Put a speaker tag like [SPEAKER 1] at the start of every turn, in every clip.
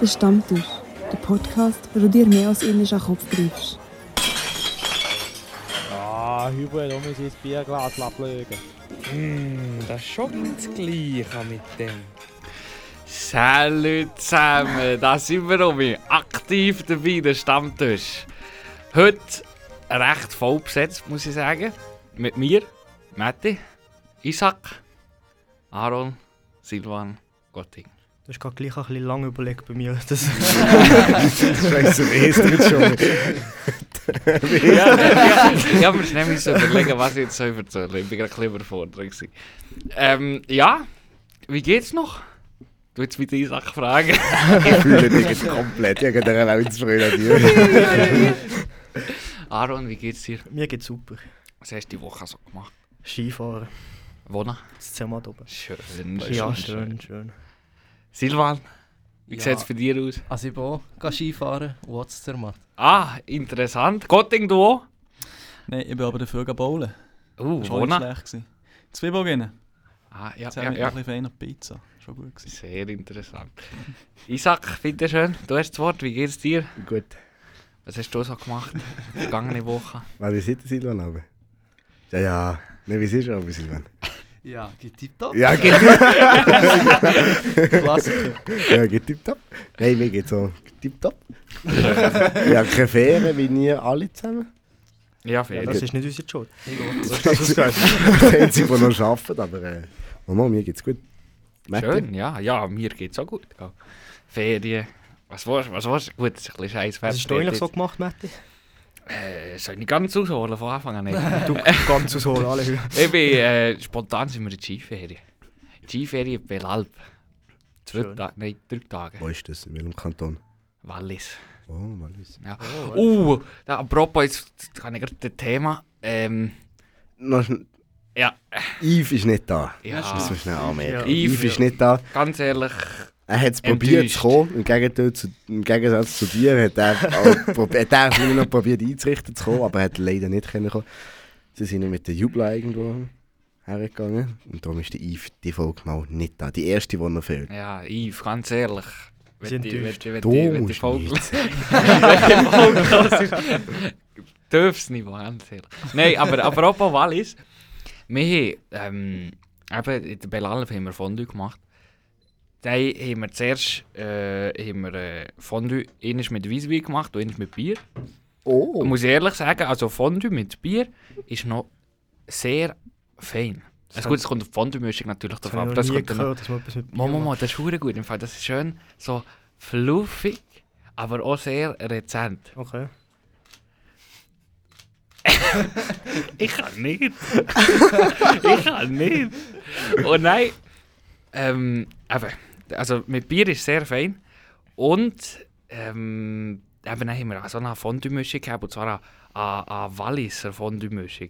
[SPEAKER 1] Der Stammtisch, der Podcast, wo du dir mehr als indischer Kopf greifst.
[SPEAKER 2] Ah, Hubert, um sein Bierglas ablegen.
[SPEAKER 3] Mm, das ist schon das Gleiche mit dem.
[SPEAKER 4] Salut zusammen, da sind wir um aktiv dabei, der Stammtisch. Heute recht voll besetzt, muss ich sagen. Mit mir, Matti, Isaac, Aaron, Silvan, Gotting.
[SPEAKER 5] Du hast gerade gleich ein bisschen lange überlegt bei mir. Das
[SPEAKER 6] Scheiße, wie ist das schon?
[SPEAKER 4] ja, ja, ich habe mir schnell müssen überlegen, was ich jetzt so erzählen soll. Ich bin gerade ein bisschen überfordert. gewesen. Ähm, ja, wie geht's noch? Du jetzt wieder Isaac fragen.
[SPEAKER 6] Ich fühle dich jetzt komplett. Ich gehe auch ins Frühling.
[SPEAKER 4] Aaron, wie geht's dir?
[SPEAKER 5] mir geht's super.
[SPEAKER 4] Was hast du die Woche so gemacht?
[SPEAKER 5] Skifahren,
[SPEAKER 4] Wohnen?
[SPEAKER 5] das Zimmer da oben.
[SPEAKER 4] Schön.
[SPEAKER 5] Ja, schön, schön.
[SPEAKER 4] Silvan, wie
[SPEAKER 3] Ja.
[SPEAKER 4] sieht's bei dir aus?
[SPEAKER 3] Also ich bin auch gehe Skifahren und auch zu Zermatt.
[SPEAKER 4] Ah, interessant. Gotting, du auch?
[SPEAKER 7] Nein, ich bin aber dafür gegangen bowlen.
[SPEAKER 4] Uh,
[SPEAKER 7] Das war auch nicht
[SPEAKER 4] Wona.
[SPEAKER 7] schlecht. Gewesen. Zwiebeln rein.
[SPEAKER 4] Ah, ja,
[SPEAKER 7] Jetzt
[SPEAKER 4] ja,
[SPEAKER 7] haben wir
[SPEAKER 4] ja.
[SPEAKER 7] ein bisschen feiner Pizza. Schon gut gewesen.
[SPEAKER 4] Sehr interessant. Isaac, bitteschön, du hast das Wort. Wie geht's dir?
[SPEAKER 6] Gut.
[SPEAKER 4] Was hast du so gemacht? Vergangene Woche?
[SPEAKER 6] Was ist das, Silvan? Aber? Ja, ja. Nein, wie ist es aber, Silvan?
[SPEAKER 3] Ja, geht tipptopp.
[SPEAKER 6] Ja, geht,
[SPEAKER 3] Klassiker.
[SPEAKER 6] ja, geht tipptopp. Nein, mir geht's auch tipptopp. Ich habe keine Fähre, wie nie alle zusammen.
[SPEAKER 4] Ja,
[SPEAKER 5] Ja,
[SPEAKER 4] Ferien.
[SPEAKER 5] das ist nicht unsere Schuld.
[SPEAKER 6] Das Einzige, die noch arbeiten, aber äh, Mama, mir geht's gut. Matti?
[SPEAKER 4] schön, ja. Ja, mir geht's auch gut. gell. Ferien. Was war's? Was war's? Gut, es ist ein bisschen scheiß Wetter.
[SPEAKER 5] Was hast du eigentlich
[SPEAKER 4] jetzt.
[SPEAKER 5] so gemacht, Matti?
[SPEAKER 4] Äh, soll ich nicht ganz ausholen von Anfang an? nicht?
[SPEAKER 5] Du ganz ausholen, alle Höhe.
[SPEAKER 4] ich bin, äh, spontan sind wir in die Skiferien. Skiferien Belalp. Zwei
[SPEAKER 5] Schön.
[SPEAKER 4] Tage, nein, drei Tage.
[SPEAKER 6] Wo ist das? In welchem Kanton?
[SPEAKER 4] Wallis.
[SPEAKER 6] Oh, mal ist.
[SPEAKER 4] Ja. Uh, da, apropos, jetzt jetzt kann ich gerade das Thema. Ähm,
[SPEAKER 6] Noch schn-
[SPEAKER 4] ja,
[SPEAKER 6] Yves ist nicht da. Das
[SPEAKER 4] ja
[SPEAKER 6] müssen wir schnell anmerken.
[SPEAKER 5] Ja.
[SPEAKER 6] Yves ist nicht da.
[SPEAKER 4] ganz ehrlich,
[SPEAKER 6] Er hat es probiert zu
[SPEAKER 4] Enttäuscht.
[SPEAKER 6] kommen. Im, Gegenteil zu, Im Gegensatz zu dir hat er auch prob- hat er es immer noch probiert einzurichten zu kommen, aber er hat leider nicht können kommen. Sie sind mit der Jubla irgendwo hergegangen und darum ist der Yves die Folge mal nicht da. Die erste, die noch fehlt.
[SPEAKER 4] ja, Yves, ganz ehrlich.
[SPEAKER 5] Sind
[SPEAKER 4] die-
[SPEAKER 5] enttäuscht.
[SPEAKER 4] die- wenn
[SPEAKER 6] Du
[SPEAKER 4] die- wenn die
[SPEAKER 6] musst
[SPEAKER 4] Folge-
[SPEAKER 6] nicht.
[SPEAKER 4] wenn die Folge los ist. Dürf's nicht, ganz ehrlich. Nein, aber apropos Wallis, wir haben, ähm, eben in der Belalp haben wir Fondue gemacht. Dann haben wir zuerst äh, haben wir, äh, Fondue eines mit Weisswein gemacht und eines mit Bier.
[SPEAKER 6] Oh,
[SPEAKER 4] Muss ich ehrlich sagen, also Fondue mit Bier ist noch sehr fein. Es gut, es kommt auf die Fondue-Mischung natürlich
[SPEAKER 5] Das
[SPEAKER 4] drauf an.
[SPEAKER 5] habe
[SPEAKER 4] aber Das
[SPEAKER 5] ich noch nie
[SPEAKER 4] kommt dann noch.
[SPEAKER 5] gehört, dass man etwas mit Bier
[SPEAKER 4] Mama,
[SPEAKER 5] macht.
[SPEAKER 4] Mama, das ist hure gut. Im Fall, das ist schön, so fluffig, aber auch sehr rezent.
[SPEAKER 5] Okay.
[SPEAKER 4] Ich kann nicht. ich kann nicht. Und Oh nein, ähm, eben, also mit Bier ist sehr fein. Und ähm, eben dann haben wir auch so eine Fondue-Mischung gehabt, und zwar eine, eine, eine Walliser Fondue-Mischung.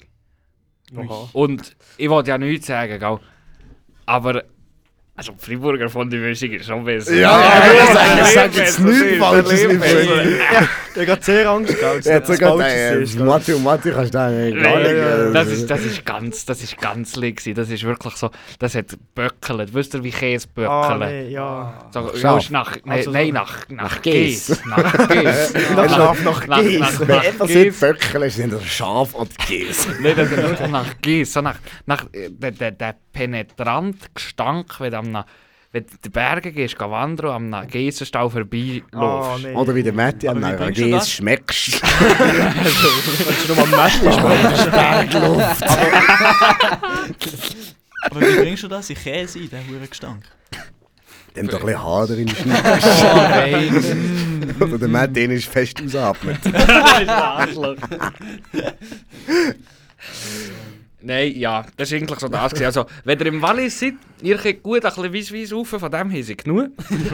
[SPEAKER 5] Oha.
[SPEAKER 4] Und ich wollte ja nichts sagen, gell? aber also die Freiburger von der Mischung ist schon besser.
[SPEAKER 6] Ja, ja, ja, sag- sag jetzt nichts Falsches im
[SPEAKER 5] Ich habe sehr Angst, gell?
[SPEAKER 6] er hat sogar äh,
[SPEAKER 5] Falsches ist, gell?
[SPEAKER 6] Mathe und Mathe kannst du eigentlich
[SPEAKER 4] Nee,
[SPEAKER 6] gar nicht. äh,
[SPEAKER 4] das ist, das ist ganz, das ist ganz leer gewesen. Das ist wirklich so, das hat böckelt. Wisst ihr, wie Käse böckelt?
[SPEAKER 5] Ah, nee, ja.
[SPEAKER 4] So,
[SPEAKER 6] Schaf.
[SPEAKER 4] ja, ist nach, nee,
[SPEAKER 5] Also so-
[SPEAKER 4] nein, nach, nach
[SPEAKER 6] Käse.
[SPEAKER 4] Käse. Nach Käse.
[SPEAKER 5] Ah,
[SPEAKER 6] Nach Schaf, nach
[SPEAKER 4] nach-
[SPEAKER 6] Gäse.
[SPEAKER 4] nach-
[SPEAKER 6] Wenn
[SPEAKER 4] nach
[SPEAKER 6] etwas
[SPEAKER 4] Gäse.
[SPEAKER 6] nicht Böckel ist, sind das Schaf und Gäse.
[SPEAKER 4] Nein, das ist wirklich nach Gieß, so nach, nach äh, der, der, der penetrant Gestank, wenn du am na- wenn du in die Berge gehst, geh wandern und am Gießenstall vorbeiläufst.
[SPEAKER 5] Ah, nee.
[SPEAKER 6] Oder wie der Matti am
[SPEAKER 7] Aber wie bringst du
[SPEAKER 6] Gäse
[SPEAKER 7] das?
[SPEAKER 6] schmeckst.
[SPEAKER 5] Willst du noch mal Matti
[SPEAKER 6] Bergluft.
[SPEAKER 7] Aber wie bringst du das in Käse ein, den hohen Gestank?
[SPEAKER 6] Dem doch ein bisschen Hader in die Schneide. Oder der Mann, den ist fest ausatmet.
[SPEAKER 4] Nein, ja, das war eigentlich so das. gewesen. Also, wenn ihr im Wallis seid, ihr könnt gut ein bisschen weiss weiss rauf, von dem haben sie genug.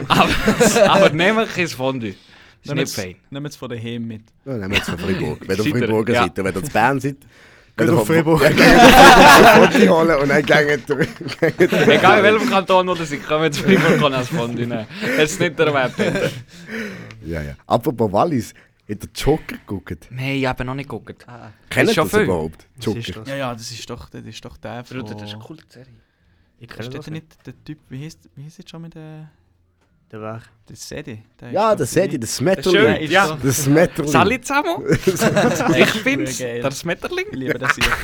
[SPEAKER 4] aber, aber nehmt kein Fondue. Das ist nicht fein.
[SPEAKER 7] Nimm es von daheim mit.
[SPEAKER 6] Ja, nehmen wir jetzt von Fribourg. Wenn du
[SPEAKER 4] Scheiter,
[SPEAKER 6] Friburger
[SPEAKER 4] ja.
[SPEAKER 6] seid und wenn du zu Bern seid,
[SPEAKER 5] Geht auf Fribourg.
[SPEAKER 6] Ja, geht auf Fribourg holen und dann gehen wir
[SPEAKER 4] Egal in welchem Kanton oder sie kommen, zu Fribourg kann als Fondue nehmen. Es ist nicht der Wert.
[SPEAKER 6] Ja, ja. Apropos Wallis, hat der Joker geguckt?
[SPEAKER 4] Nein, ich habe noch nicht geguckt.
[SPEAKER 6] Kennt ihr
[SPEAKER 4] schon
[SPEAKER 6] das
[SPEAKER 4] viel.
[SPEAKER 6] überhaupt?
[SPEAKER 5] Was ist
[SPEAKER 6] Joker.
[SPEAKER 5] das?
[SPEAKER 7] Ja, ja, das ist doch, das ist doch der von...
[SPEAKER 4] Oh. Bruder, das ist eine coole Serie.
[SPEAKER 5] Ich kenne
[SPEAKER 7] Ist
[SPEAKER 5] das
[SPEAKER 7] das
[SPEAKER 5] nicht.
[SPEAKER 7] nicht der Typ, wie heißt wie heißt jetzt schon mit der...
[SPEAKER 5] Der
[SPEAKER 8] der Weg.
[SPEAKER 7] Der Sedi. der ist
[SPEAKER 6] Ja,
[SPEAKER 7] doch
[SPEAKER 6] das
[SPEAKER 7] für
[SPEAKER 6] seht ihr,
[SPEAKER 7] mich-
[SPEAKER 6] das
[SPEAKER 4] schön.
[SPEAKER 6] Smetterling.
[SPEAKER 7] ist
[SPEAKER 4] Ja.
[SPEAKER 7] so.
[SPEAKER 6] Das Smetterling.
[SPEAKER 4] Salut zusammen, ich bin's,
[SPEAKER 7] Geil.
[SPEAKER 4] der Schmetterling.
[SPEAKER 7] Ich liebe das hier.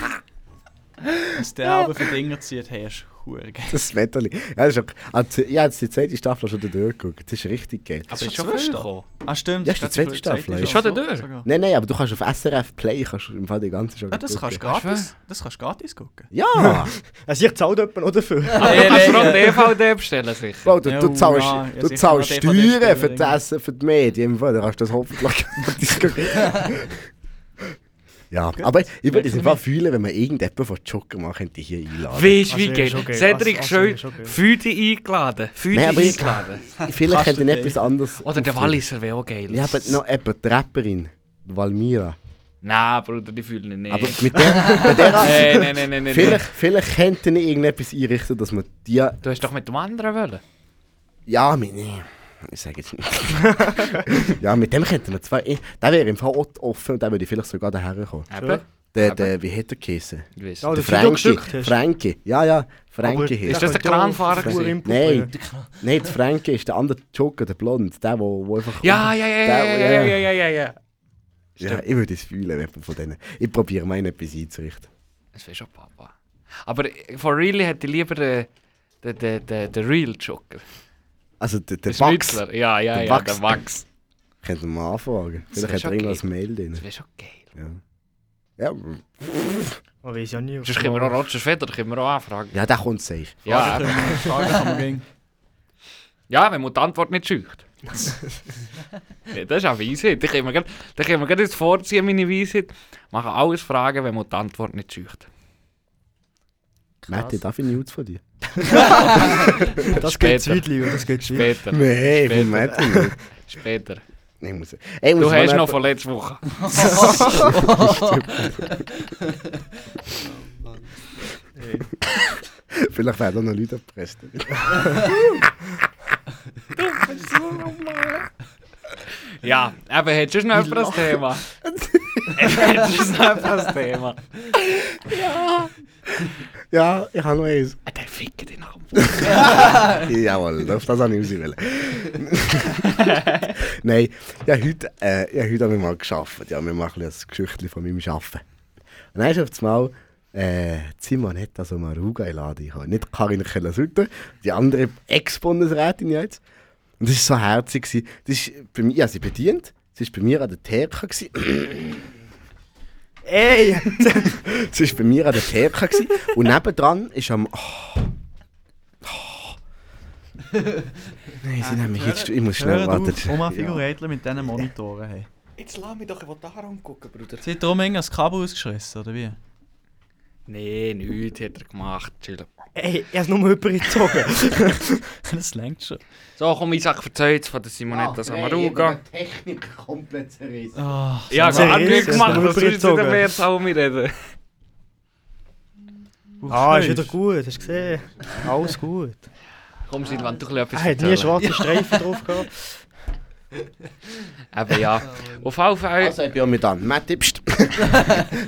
[SPEAKER 7] Dass der aber für Dinger zieht, hey, ist hure geil.
[SPEAKER 6] Das Smetterling. Ja, das ist auch, also, ich habe jetzt die zweite Staffel schon durchgeguckt. Das ist richtig geil.
[SPEAKER 4] Aber
[SPEAKER 7] schon
[SPEAKER 4] ist schon
[SPEAKER 7] zwei
[SPEAKER 4] frisch
[SPEAKER 7] da.
[SPEAKER 4] gekommen.
[SPEAKER 7] Ah, stimmt.
[SPEAKER 6] Ja, ist die
[SPEAKER 7] gerade
[SPEAKER 6] zweite Staffel, ja.
[SPEAKER 4] Ist schon
[SPEAKER 7] so-
[SPEAKER 4] der durch?
[SPEAKER 7] sogar.
[SPEAKER 6] Nein, nein, aber du kannst auf SRF Play kannst du im Fall die ganze schon
[SPEAKER 7] Ah, das kannst du
[SPEAKER 6] gucken.
[SPEAKER 7] gratis. Das kannst du gratis gucken.
[SPEAKER 6] Ja!
[SPEAKER 5] Also ich zahle jemanden noch dafür.
[SPEAKER 4] Aber
[SPEAKER 7] Nee,
[SPEAKER 4] du kannst
[SPEAKER 7] nee,
[SPEAKER 4] noch
[SPEAKER 7] nee.
[SPEAKER 4] DVD bestellen, sicher.
[SPEAKER 6] Bro, du,
[SPEAKER 7] Ja,
[SPEAKER 6] du zahlst,
[SPEAKER 7] hurra. Ja,
[SPEAKER 6] du
[SPEAKER 7] sicher,
[SPEAKER 6] zahlst
[SPEAKER 7] noch DVD
[SPEAKER 6] Steuern für
[SPEAKER 7] Spieler,
[SPEAKER 6] das, für die Medien. im Fall. Du kannst das hoffentlich gratis gucken. Ja, aber ich würde es einfach fühlen, wenn man irgendjemanden von Joker machen könnte ich hier einladen.
[SPEAKER 4] Weißt du, wie
[SPEAKER 5] Also,
[SPEAKER 4] geil?
[SPEAKER 5] ist okay.
[SPEAKER 4] Cedric,
[SPEAKER 5] Also,
[SPEAKER 4] schön,
[SPEAKER 5] ist okay.
[SPEAKER 4] Füde eingeladen. Füde
[SPEAKER 6] Nein, aber ich-
[SPEAKER 4] eingeladen.
[SPEAKER 6] Vielleicht könnte ich
[SPEAKER 7] Kannst du
[SPEAKER 6] etwas anderes.
[SPEAKER 4] Oder der
[SPEAKER 6] aufnehmen.
[SPEAKER 4] Walliser wäre auch geil.
[SPEAKER 6] Ja, nou- aber noch jemand, die Rapperin. Valmira.
[SPEAKER 7] Äh.
[SPEAKER 4] Nein, Bruder, Nou, die fühlen ihn nicht.
[SPEAKER 6] Aber mit der. mit der
[SPEAKER 7] Äh,
[SPEAKER 4] Nein, nein, nein, nein, nein.
[SPEAKER 6] vielleicht, vielleicht könnte ich irgendetwas einrichten, dass man die.
[SPEAKER 4] Du hast doch mit dem anderen wollen.
[SPEAKER 6] Ja, mit. Nee. Ich sage jetzt nicht. ja, mit dem könnte man zwar. eh- Der wäre im Fall auch offen und der würde ich vielleicht sogar daher kommen.
[SPEAKER 4] Eben.
[SPEAKER 6] Der, der, wie hätte er geheißen?
[SPEAKER 4] Ich weiss.
[SPEAKER 5] Ja, der
[SPEAKER 6] Der
[SPEAKER 5] Fido
[SPEAKER 6] Frankie.
[SPEAKER 5] geschickt hast.
[SPEAKER 6] Frankie. Ja, ja,
[SPEAKER 5] Aber
[SPEAKER 6] Frankie
[SPEAKER 4] Ist
[SPEAKER 6] heißt.
[SPEAKER 4] das der
[SPEAKER 5] könnte Dus- ja auch
[SPEAKER 4] Kranfahrer
[SPEAKER 5] Figur
[SPEAKER 4] gewesen?
[SPEAKER 5] im Puppe.
[SPEAKER 6] Nein, nein, der Frankie ist der andere Joker, der Blond. Der, wo, wo einfach.
[SPEAKER 4] Ja, ja, ja, ja,
[SPEAKER 6] Der,
[SPEAKER 4] ja, ja, ja, ja, ja, ja.
[SPEAKER 6] Ja, ich würde es fühlen, wenn man von denen. Ich probiere meinen etwas einzurichten.
[SPEAKER 4] Das wäre schon Papa. Aber for really hätte ich lieber den, den, den, den, den Real Joker.
[SPEAKER 6] Also der, der
[SPEAKER 4] Das
[SPEAKER 6] Bugs
[SPEAKER 4] Mützler. Ja, ja,
[SPEAKER 6] Der
[SPEAKER 4] ja,
[SPEAKER 6] Wachs.
[SPEAKER 4] der Wachs.
[SPEAKER 6] könnte man mal anfragen.
[SPEAKER 4] Das
[SPEAKER 6] Vielleicht hat
[SPEAKER 4] ist
[SPEAKER 6] er
[SPEAKER 4] okay.
[SPEAKER 6] irgendwas Mail drin.
[SPEAKER 4] Das wäre schon geil.
[SPEAKER 6] Ja.
[SPEAKER 5] Man weiß ja nie. ob
[SPEAKER 4] Sonst
[SPEAKER 5] es
[SPEAKER 4] können wir auch
[SPEAKER 5] mal-
[SPEAKER 4] Roger Feder können wir auch anfragen.
[SPEAKER 6] ja, der kommt safe.
[SPEAKER 4] Ja,
[SPEAKER 7] Fragen
[SPEAKER 4] eben.
[SPEAKER 7] kann man- Fragen kann man gegen.
[SPEAKER 4] ja wenn man die Antwort nicht scheucht. ja, das ist eine Weisheit. Da können wir gerade- da können wir gerade jetzt vorziehen, meine Weisheit. Machen alles Fragen, wenn man die Antwort nicht scheucht.
[SPEAKER 6] Matti, darf ich News von dir?
[SPEAKER 5] Das geht
[SPEAKER 4] Später.
[SPEAKER 5] weit, Leo, das geht weit.
[SPEAKER 4] Später.
[SPEAKER 6] Nein,
[SPEAKER 4] Später.
[SPEAKER 6] von Matti nicht.
[SPEAKER 4] Später.
[SPEAKER 6] Ich muss, ich muss
[SPEAKER 4] Du
[SPEAKER 6] mal
[SPEAKER 4] hast noch
[SPEAKER 6] jemand-
[SPEAKER 4] von letzter Woche.
[SPEAKER 6] Vielleicht werden auch noch Leute erpresst.
[SPEAKER 4] Ja, eben, hättest du noch etwas das nou Thema? hättest du noch etwas das Thema?
[SPEAKER 6] Ja, ich habe noch eins.
[SPEAKER 4] Ah, Der Ficker, den Namen.
[SPEAKER 6] Jawohl, auf das habe ich rauswählen. Nein, ja, heute, äh, ja, heute haben wir mal geschafft. Ja, wir machen ein Geschichtchen von meinem Arbeiten. Und dann ist auf einmal äh, Simonetta Sommaruga in den Laden gekommen. Nicht Karin Keller-Sutter, die andere Ex-Bundesrätin jetzt. Und das war so herzig. gewesen. Das ist bei mir, ja, sie bedient. Sie war bei mir an der Theke. gewesen.
[SPEAKER 5] Ey!
[SPEAKER 6] Sie war bei mir an der Theke gewesen. und nebendran ist am. Oh, oh. Nein, sie nehmen mich jetzt. Ich muss schnell
[SPEAKER 7] Hör um
[SPEAKER 6] warten.
[SPEAKER 7] auf, Oma Figurätli mit diesen Monitoren. Hey.
[SPEAKER 3] Jetzt lass mich doch da angucken, Bruder.
[SPEAKER 7] Sie hat darum irgendwas Kabel ausgeschissen, oder wie?
[SPEAKER 4] Nee, nichts hat er gemacht. Chill.
[SPEAKER 5] Ey, er ist nur übergezogen.
[SPEAKER 7] Das lenkt schon.
[SPEAKER 4] So, komm, Isaac, erzähl jetzt von der Simonetta Samaruga.
[SPEAKER 6] Technik komplett zerrissen.
[SPEAKER 7] Oh,
[SPEAKER 4] Ja,
[SPEAKER 5] Sehr
[SPEAKER 4] gar nichts
[SPEAKER 5] riesig,
[SPEAKER 4] gemacht,
[SPEAKER 5] nur
[SPEAKER 4] das willst du
[SPEAKER 5] übergezogen.
[SPEAKER 4] mehr jetzt auch mit reden.
[SPEAKER 7] Oh,
[SPEAKER 5] ah, ist wieder gut, hast du gesehen? Alles gut.
[SPEAKER 4] Komm, Silvan, du ein
[SPEAKER 5] Er
[SPEAKER 4] bisschen
[SPEAKER 5] hat nie
[SPEAKER 4] etwas
[SPEAKER 5] schwarze Streifen drauf gehabt.
[SPEAKER 4] Eben, ja. Auf jeden Fall...
[SPEAKER 6] Also, ich bin auch mit an. Matti, pst.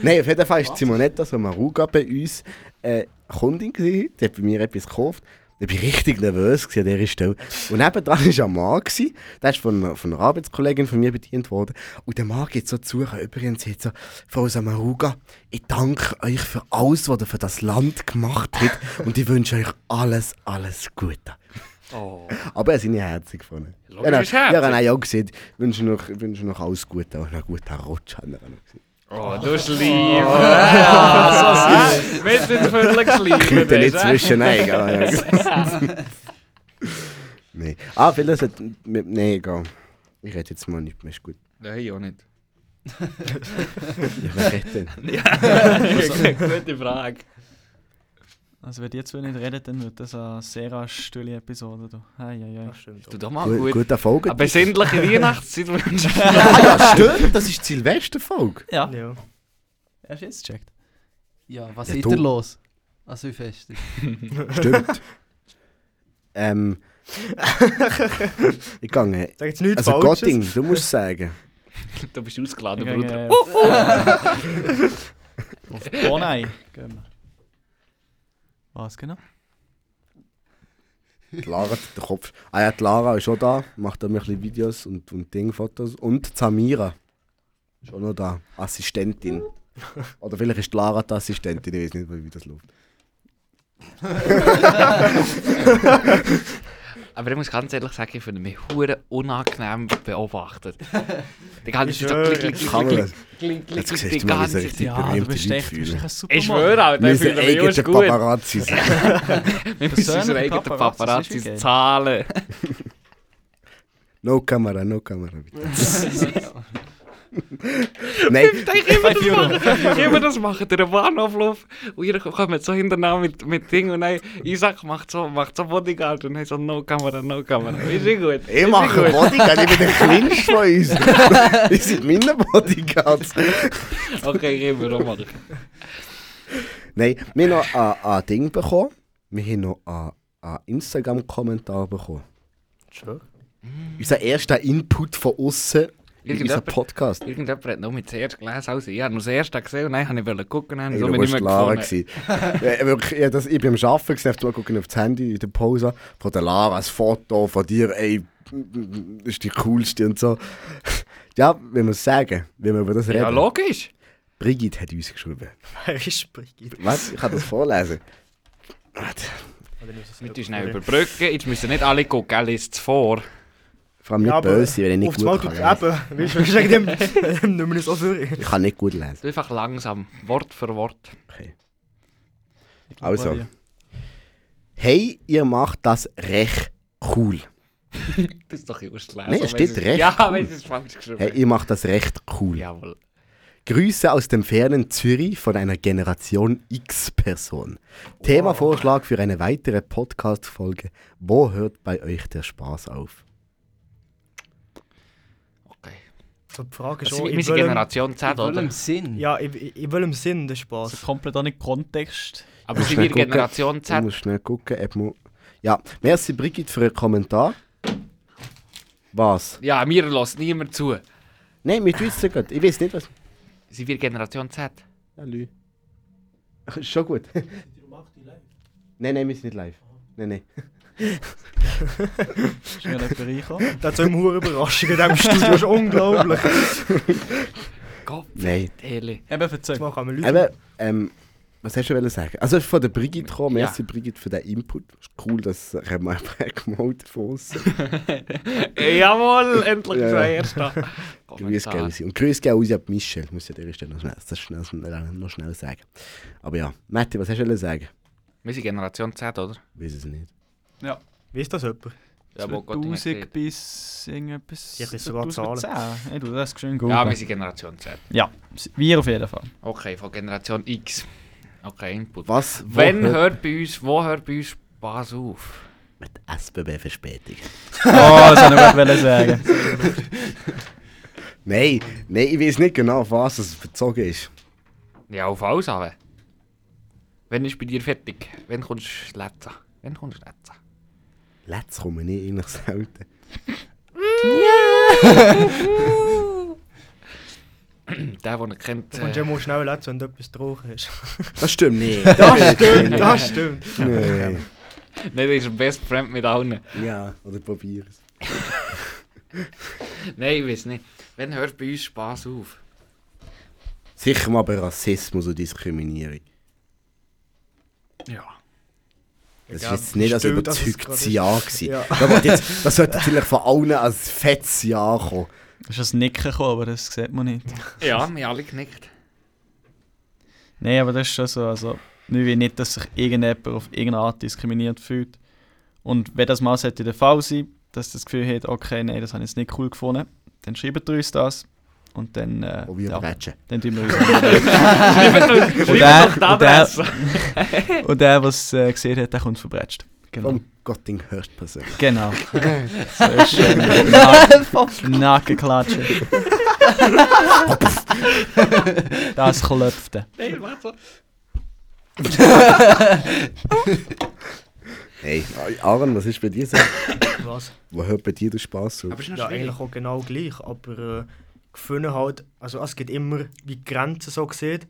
[SPEAKER 6] Nein, auf jeden Fall ist Simonetta Sommaruga bei uns äh, Kundin. Gewesen. Die hat bei mir etwas gekauft. Ich war richtig nervös gewesen an dieser Stelle. Und nebenan war ein Mann, gewesen. der ist von, von einer Arbeitskollegin von mir bedient worden. Und der Mann geht so zu, übrigens jetzt so, Frau Samaruga, ich danke euch für alles, was ihr für das Land gemacht habt. Und ich wünsche euch alles, alles Gute.
[SPEAKER 4] Oh,
[SPEAKER 6] Aber er ist nicht herzig gefunden.
[SPEAKER 4] Logisch ist
[SPEAKER 6] ja,
[SPEAKER 4] herzig.
[SPEAKER 6] ja, nein, auch gesehen. Ich wünsche noch, ich wünsche noch alles Gute Oh, und einen guten Rutsch. hat er auch noch gesehen.
[SPEAKER 4] oh du Schleifer. Ah, Mit den Füllen
[SPEAKER 6] Mit den nicht
[SPEAKER 4] geschleift.
[SPEAKER 6] zwischen Nein, ja, ja. Nein. Ah, vielleicht hat. mit- Nein, egal. Ich rede jetzt mal nicht mehr, ist gut.
[SPEAKER 4] Nein, ich auch nicht.
[SPEAKER 6] Ja, wer redet denn?
[SPEAKER 4] Gute Frage.
[SPEAKER 7] Also wenn die zwei nicht reden, dann wird das eine sehr stille Episode. Du. Hei, hei, hei.
[SPEAKER 4] Du doch mal
[SPEAKER 6] Gut,
[SPEAKER 4] gut.
[SPEAKER 6] gute Folge.
[SPEAKER 4] Eine besinnliche Weihnachtszeit wünschen.
[SPEAKER 6] ah, ja, stimmt, das ist die Silvesterfolge.
[SPEAKER 7] Ja,
[SPEAKER 5] Ja.
[SPEAKER 7] hast du jetzt gecheckt?
[SPEAKER 9] Ja, was
[SPEAKER 6] Ja,
[SPEAKER 9] ist
[SPEAKER 6] du-
[SPEAKER 9] da los? Also wie fest ist
[SPEAKER 6] Stimmt. ähm. ich gehe.
[SPEAKER 5] Sag jetzt nichts
[SPEAKER 6] Also,
[SPEAKER 5] Falsches.
[SPEAKER 6] Gotting, du musst sagen.
[SPEAKER 4] Du bist ausgeladen,
[SPEAKER 7] Gegen,
[SPEAKER 4] Bruder.
[SPEAKER 7] äh, Auf Bonai gehen wir. Was genau?
[SPEAKER 6] Die Lara hat den Kopf. Ah ja, die Lara ist schon da, macht da ein bisschen Videos und, und Dingfotos. Und Samira ist auch noch da, Assistentin. Oder vielleicht ist die Lara die Assistentin, ich weiß nicht, wie das läuft.
[SPEAKER 4] Aber ich muss ganz ehrlich sagen, ich finde mich hure unangenehm beobachtet. Die ganze Zeit so klick, klick, klick,
[SPEAKER 6] Kann man
[SPEAKER 4] klick,
[SPEAKER 6] das?
[SPEAKER 4] klick, klick,
[SPEAKER 6] Jetzt
[SPEAKER 4] klick,
[SPEAKER 6] siehst
[SPEAKER 4] die
[SPEAKER 6] du mal, wie
[SPEAKER 4] ganze
[SPEAKER 6] sich
[SPEAKER 4] Zeit.
[SPEAKER 6] die
[SPEAKER 7] Ja, Ah, du
[SPEAKER 6] berühmten
[SPEAKER 7] bist
[SPEAKER 6] Leute
[SPEAKER 7] echt, du bist
[SPEAKER 6] fühlen.
[SPEAKER 7] echt ein
[SPEAKER 4] Ich
[SPEAKER 7] Supermann.
[SPEAKER 4] schwöre, Alter, ich
[SPEAKER 6] Unsere
[SPEAKER 4] finde mich
[SPEAKER 6] eigenen
[SPEAKER 4] just gut. Wir
[SPEAKER 6] Paparazzi sind.
[SPEAKER 4] müssen unsere
[SPEAKER 7] Persönliche
[SPEAKER 4] eigenen
[SPEAKER 7] Paparazzi, das ist wie
[SPEAKER 4] Paparazzi
[SPEAKER 7] geil.
[SPEAKER 4] zahlen.
[SPEAKER 6] No Kamera, no Kamera, bitte. Nein,
[SPEAKER 4] Ich immer das machen, immer das machen, der Warnauflauf. Und ihr kommt so hinterher mit, mit Ding und dann Isaac macht so, macht so Bodyguard und dann so No Kamera, No Kamera. Ist eh gut.
[SPEAKER 6] ich mache Bodyguard, ich bin der Kleinste von uns. Ich sind meine Bodyguards.
[SPEAKER 4] Okay, gehen wir auch machen.
[SPEAKER 6] Nein, wir haben noch ein, ein Ding bekommen. Wir haben noch ein, ein Instagram-Kommentar bekommen. Schon? Unser erster Input von außen in unserem
[SPEAKER 4] Irgendjemand-
[SPEAKER 6] Podcast.
[SPEAKER 4] Irgendjemand hat noch mit zuerst gelesen, also ich habe noch das erste gesehen und dann habe ich wollen gucken, dann habe
[SPEAKER 6] Hey,
[SPEAKER 4] ich
[SPEAKER 6] du
[SPEAKER 4] so nicht
[SPEAKER 6] warst
[SPEAKER 4] mehr
[SPEAKER 6] Lara.
[SPEAKER 4] gefunden.
[SPEAKER 6] gewesen. ja, wirklich, ja, das, ich bin am Arbeiten, gewesen, ich gucke auf das Handy in der Pause von der Lara, ein Foto von dir, ey, ist die coolste und so. Ja, wenn wir es sagen, wenn wir über das reden.
[SPEAKER 4] Ja, logisch.
[SPEAKER 6] Brigitte hat uns geschrieben.
[SPEAKER 5] Wer ist Brigitte?
[SPEAKER 6] Was? Ich kann das vorlesen. Warte.
[SPEAKER 5] Oh,
[SPEAKER 4] Mit uns schnell überbrücken. Jetzt müssen nicht alle gucken, er liest es vor.
[SPEAKER 6] Vor allem nicht
[SPEAKER 5] Ja, aber
[SPEAKER 6] böse, wenn ich nicht
[SPEAKER 5] Auf einmal
[SPEAKER 6] gut
[SPEAKER 5] tut
[SPEAKER 6] kann.
[SPEAKER 5] es
[SPEAKER 6] lesen.
[SPEAKER 5] eben. Weißt du, weißt du, wegen dem- dem Nummer so führen.
[SPEAKER 6] Ich kann nicht gut lesen.
[SPEAKER 4] Du einfach langsam, Wort für Wort.
[SPEAKER 7] Ich glaub
[SPEAKER 6] Also.
[SPEAKER 7] an dich.
[SPEAKER 6] Hey, ihr macht das recht cool.
[SPEAKER 4] Das ist doch immer schlecht.
[SPEAKER 6] Nein, es steht recht
[SPEAKER 4] Ja, wenn es ist falsch geschrieben
[SPEAKER 6] Hey, ihr macht das recht cool.
[SPEAKER 4] Jawohl.
[SPEAKER 6] Grüße aus dem fernen Zürich von einer Generation X-Person. Themavorschlag für eine weitere Podcast-Folge. Wo hört bei euch der Spaß auf?
[SPEAKER 4] Okay.
[SPEAKER 5] So, die Frage
[SPEAKER 4] Das
[SPEAKER 5] ist
[SPEAKER 4] ist
[SPEAKER 5] auch, in
[SPEAKER 4] unsere
[SPEAKER 5] welchem,
[SPEAKER 4] Generation Z,
[SPEAKER 9] Voll
[SPEAKER 4] oder?
[SPEAKER 9] im Sinn.
[SPEAKER 5] ja, in, in welchem Sinn der
[SPEAKER 7] Also
[SPEAKER 5] Spaß?
[SPEAKER 7] komplett ohne Kontext.
[SPEAKER 4] Aber
[SPEAKER 6] Ich
[SPEAKER 4] sind
[SPEAKER 6] muss
[SPEAKER 4] wir
[SPEAKER 6] schnell
[SPEAKER 4] Generation
[SPEAKER 6] Ich
[SPEAKER 4] Z?
[SPEAKER 6] muss schnell gucken, ob man... Ja, merci Brigitte für den Kommentar. Was?
[SPEAKER 4] Ja, mir lässt niemand zu.
[SPEAKER 6] Nein, wir wissen es Ich weiß nicht, was...
[SPEAKER 4] Sind wir Generation Z?
[SPEAKER 6] Ja, Lü. Ist Schon gut. Nein, nein, wir sind nicht live. Nein, nein.
[SPEAKER 7] Ist mir jemand reingekommen?
[SPEAKER 5] Das ist so eine Hure Überraschung in diesem Studio. Das ist unglaublich.
[SPEAKER 4] Gott,
[SPEAKER 6] Nein.
[SPEAKER 4] Eli.
[SPEAKER 7] Eben, verzeih.
[SPEAKER 5] Mal kann man Leute.
[SPEAKER 6] Eben, ähm, was hast du wollen sagen? Also von der Brigitte gekommen, merci Brigitte für den Input. Ist cool, dass ich mal gemeldet von uns.
[SPEAKER 4] Jawohl, endlich
[SPEAKER 6] Ja.
[SPEAKER 4] ist er erst da.
[SPEAKER 6] Grüß gehen raus. Und grüß gehen raus an die Michelle, muss ich an dieser Stelle noch schnell, das schnell, noch schnell sagen. Aber ja, Matti, was hast du wollen sagen?
[SPEAKER 4] Wir sind Generation Z, oder?
[SPEAKER 6] Weiß es nicht.
[SPEAKER 5] Weiss das jemand?
[SPEAKER 4] Ja, wo Gott immer
[SPEAKER 7] 2000
[SPEAKER 4] sieht.
[SPEAKER 7] bis irgendetwas.
[SPEAKER 5] Ich weiß sogar die Zahlen.
[SPEAKER 7] 2010. Hey, du, das ist schön gut.
[SPEAKER 4] Ja, wir sind Generation Z.
[SPEAKER 7] wir auf jeden Fall. Oh,
[SPEAKER 4] Okay, von Generation X. Okay, Input.
[SPEAKER 6] Was? Wo
[SPEAKER 4] Wenn hört bei uns, wo hört bei uns Spaß auf?
[SPEAKER 6] mit SBB-Verspätung?
[SPEAKER 7] Oh, das wollte ich sagen.
[SPEAKER 6] Nein, nein, ich weiß nicht genau, auf was es bezogen ist.
[SPEAKER 4] Ja, auf alles aber. Wenn ist bei dir fertig? Wenn kommst du letzter? Wenn kommst du letzter?
[SPEAKER 6] Letzt kommen nicht, eigentlich selten.
[SPEAKER 4] Der, den er kennt.
[SPEAKER 5] Und
[SPEAKER 4] Äh,
[SPEAKER 5] dann musst du schnell letztes, wenn du etwas getrunken hast.
[SPEAKER 6] Das stimmt nicht.
[SPEAKER 5] Das stimmt, das stimmt.
[SPEAKER 6] Nein.
[SPEAKER 4] Nein, der ist ein Best Friend mit allen.
[SPEAKER 6] Ja, oder probier es.
[SPEAKER 4] Nein, ich weiß nicht. Wenn hört bei uns Spaß auf?
[SPEAKER 6] Sicher mal bei Rassismus und Diskriminierung.
[SPEAKER 4] Ja.
[SPEAKER 6] Das
[SPEAKER 5] Ja,
[SPEAKER 6] war jetzt nicht als
[SPEAKER 5] stimmt, dass es
[SPEAKER 6] überzeugtes
[SPEAKER 5] gerade
[SPEAKER 6] Ja. Gewesen.
[SPEAKER 5] Ja.
[SPEAKER 6] Da wird jetzt, das sollte natürlich von allen als fettes Ja kommen.
[SPEAKER 7] Das ist ein Nicken gekommen, aber das sieht man nicht.
[SPEAKER 4] Ja, wir alle genickt.
[SPEAKER 7] Nein, aber das ist schon so. Also, ich will nicht, dass sich irgendjemand auf irgendeine Art diskriminiert fühlt. Und wenn das mal sollte der Fall sein, dass das Gefühl hat, okay, nein, das habe ich jetzt nicht cool gefunden, dann schreibt ihr uns das. Und dann. Äh,
[SPEAKER 6] Und wir
[SPEAKER 7] ja,
[SPEAKER 6] quetschen.
[SPEAKER 7] dann tun wir uns.
[SPEAKER 4] Schreibt doch-
[SPEAKER 7] Und
[SPEAKER 4] schreibt doch die
[SPEAKER 7] der, und
[SPEAKER 4] Adresse.
[SPEAKER 7] der, und der, der es äh, gesehen hat, der kommt verbrätscht. Genau.
[SPEAKER 6] Vom Gotting hörst persönlich.
[SPEAKER 7] Genau. so ist äh, Nack- Nackenklatsche. das klopfte.
[SPEAKER 4] Nein, warte so.
[SPEAKER 6] Hey, Aaron, was ist bei dir so?
[SPEAKER 5] Was?
[SPEAKER 6] Wo hört bei dir der Spass auf?
[SPEAKER 4] Aber ist noch
[SPEAKER 5] Ja,
[SPEAKER 4] schwierig.
[SPEAKER 5] eigentlich auch genau gleich, aber äh, gefunden halt, also es gibt immer wie die Grenzen so gesehen.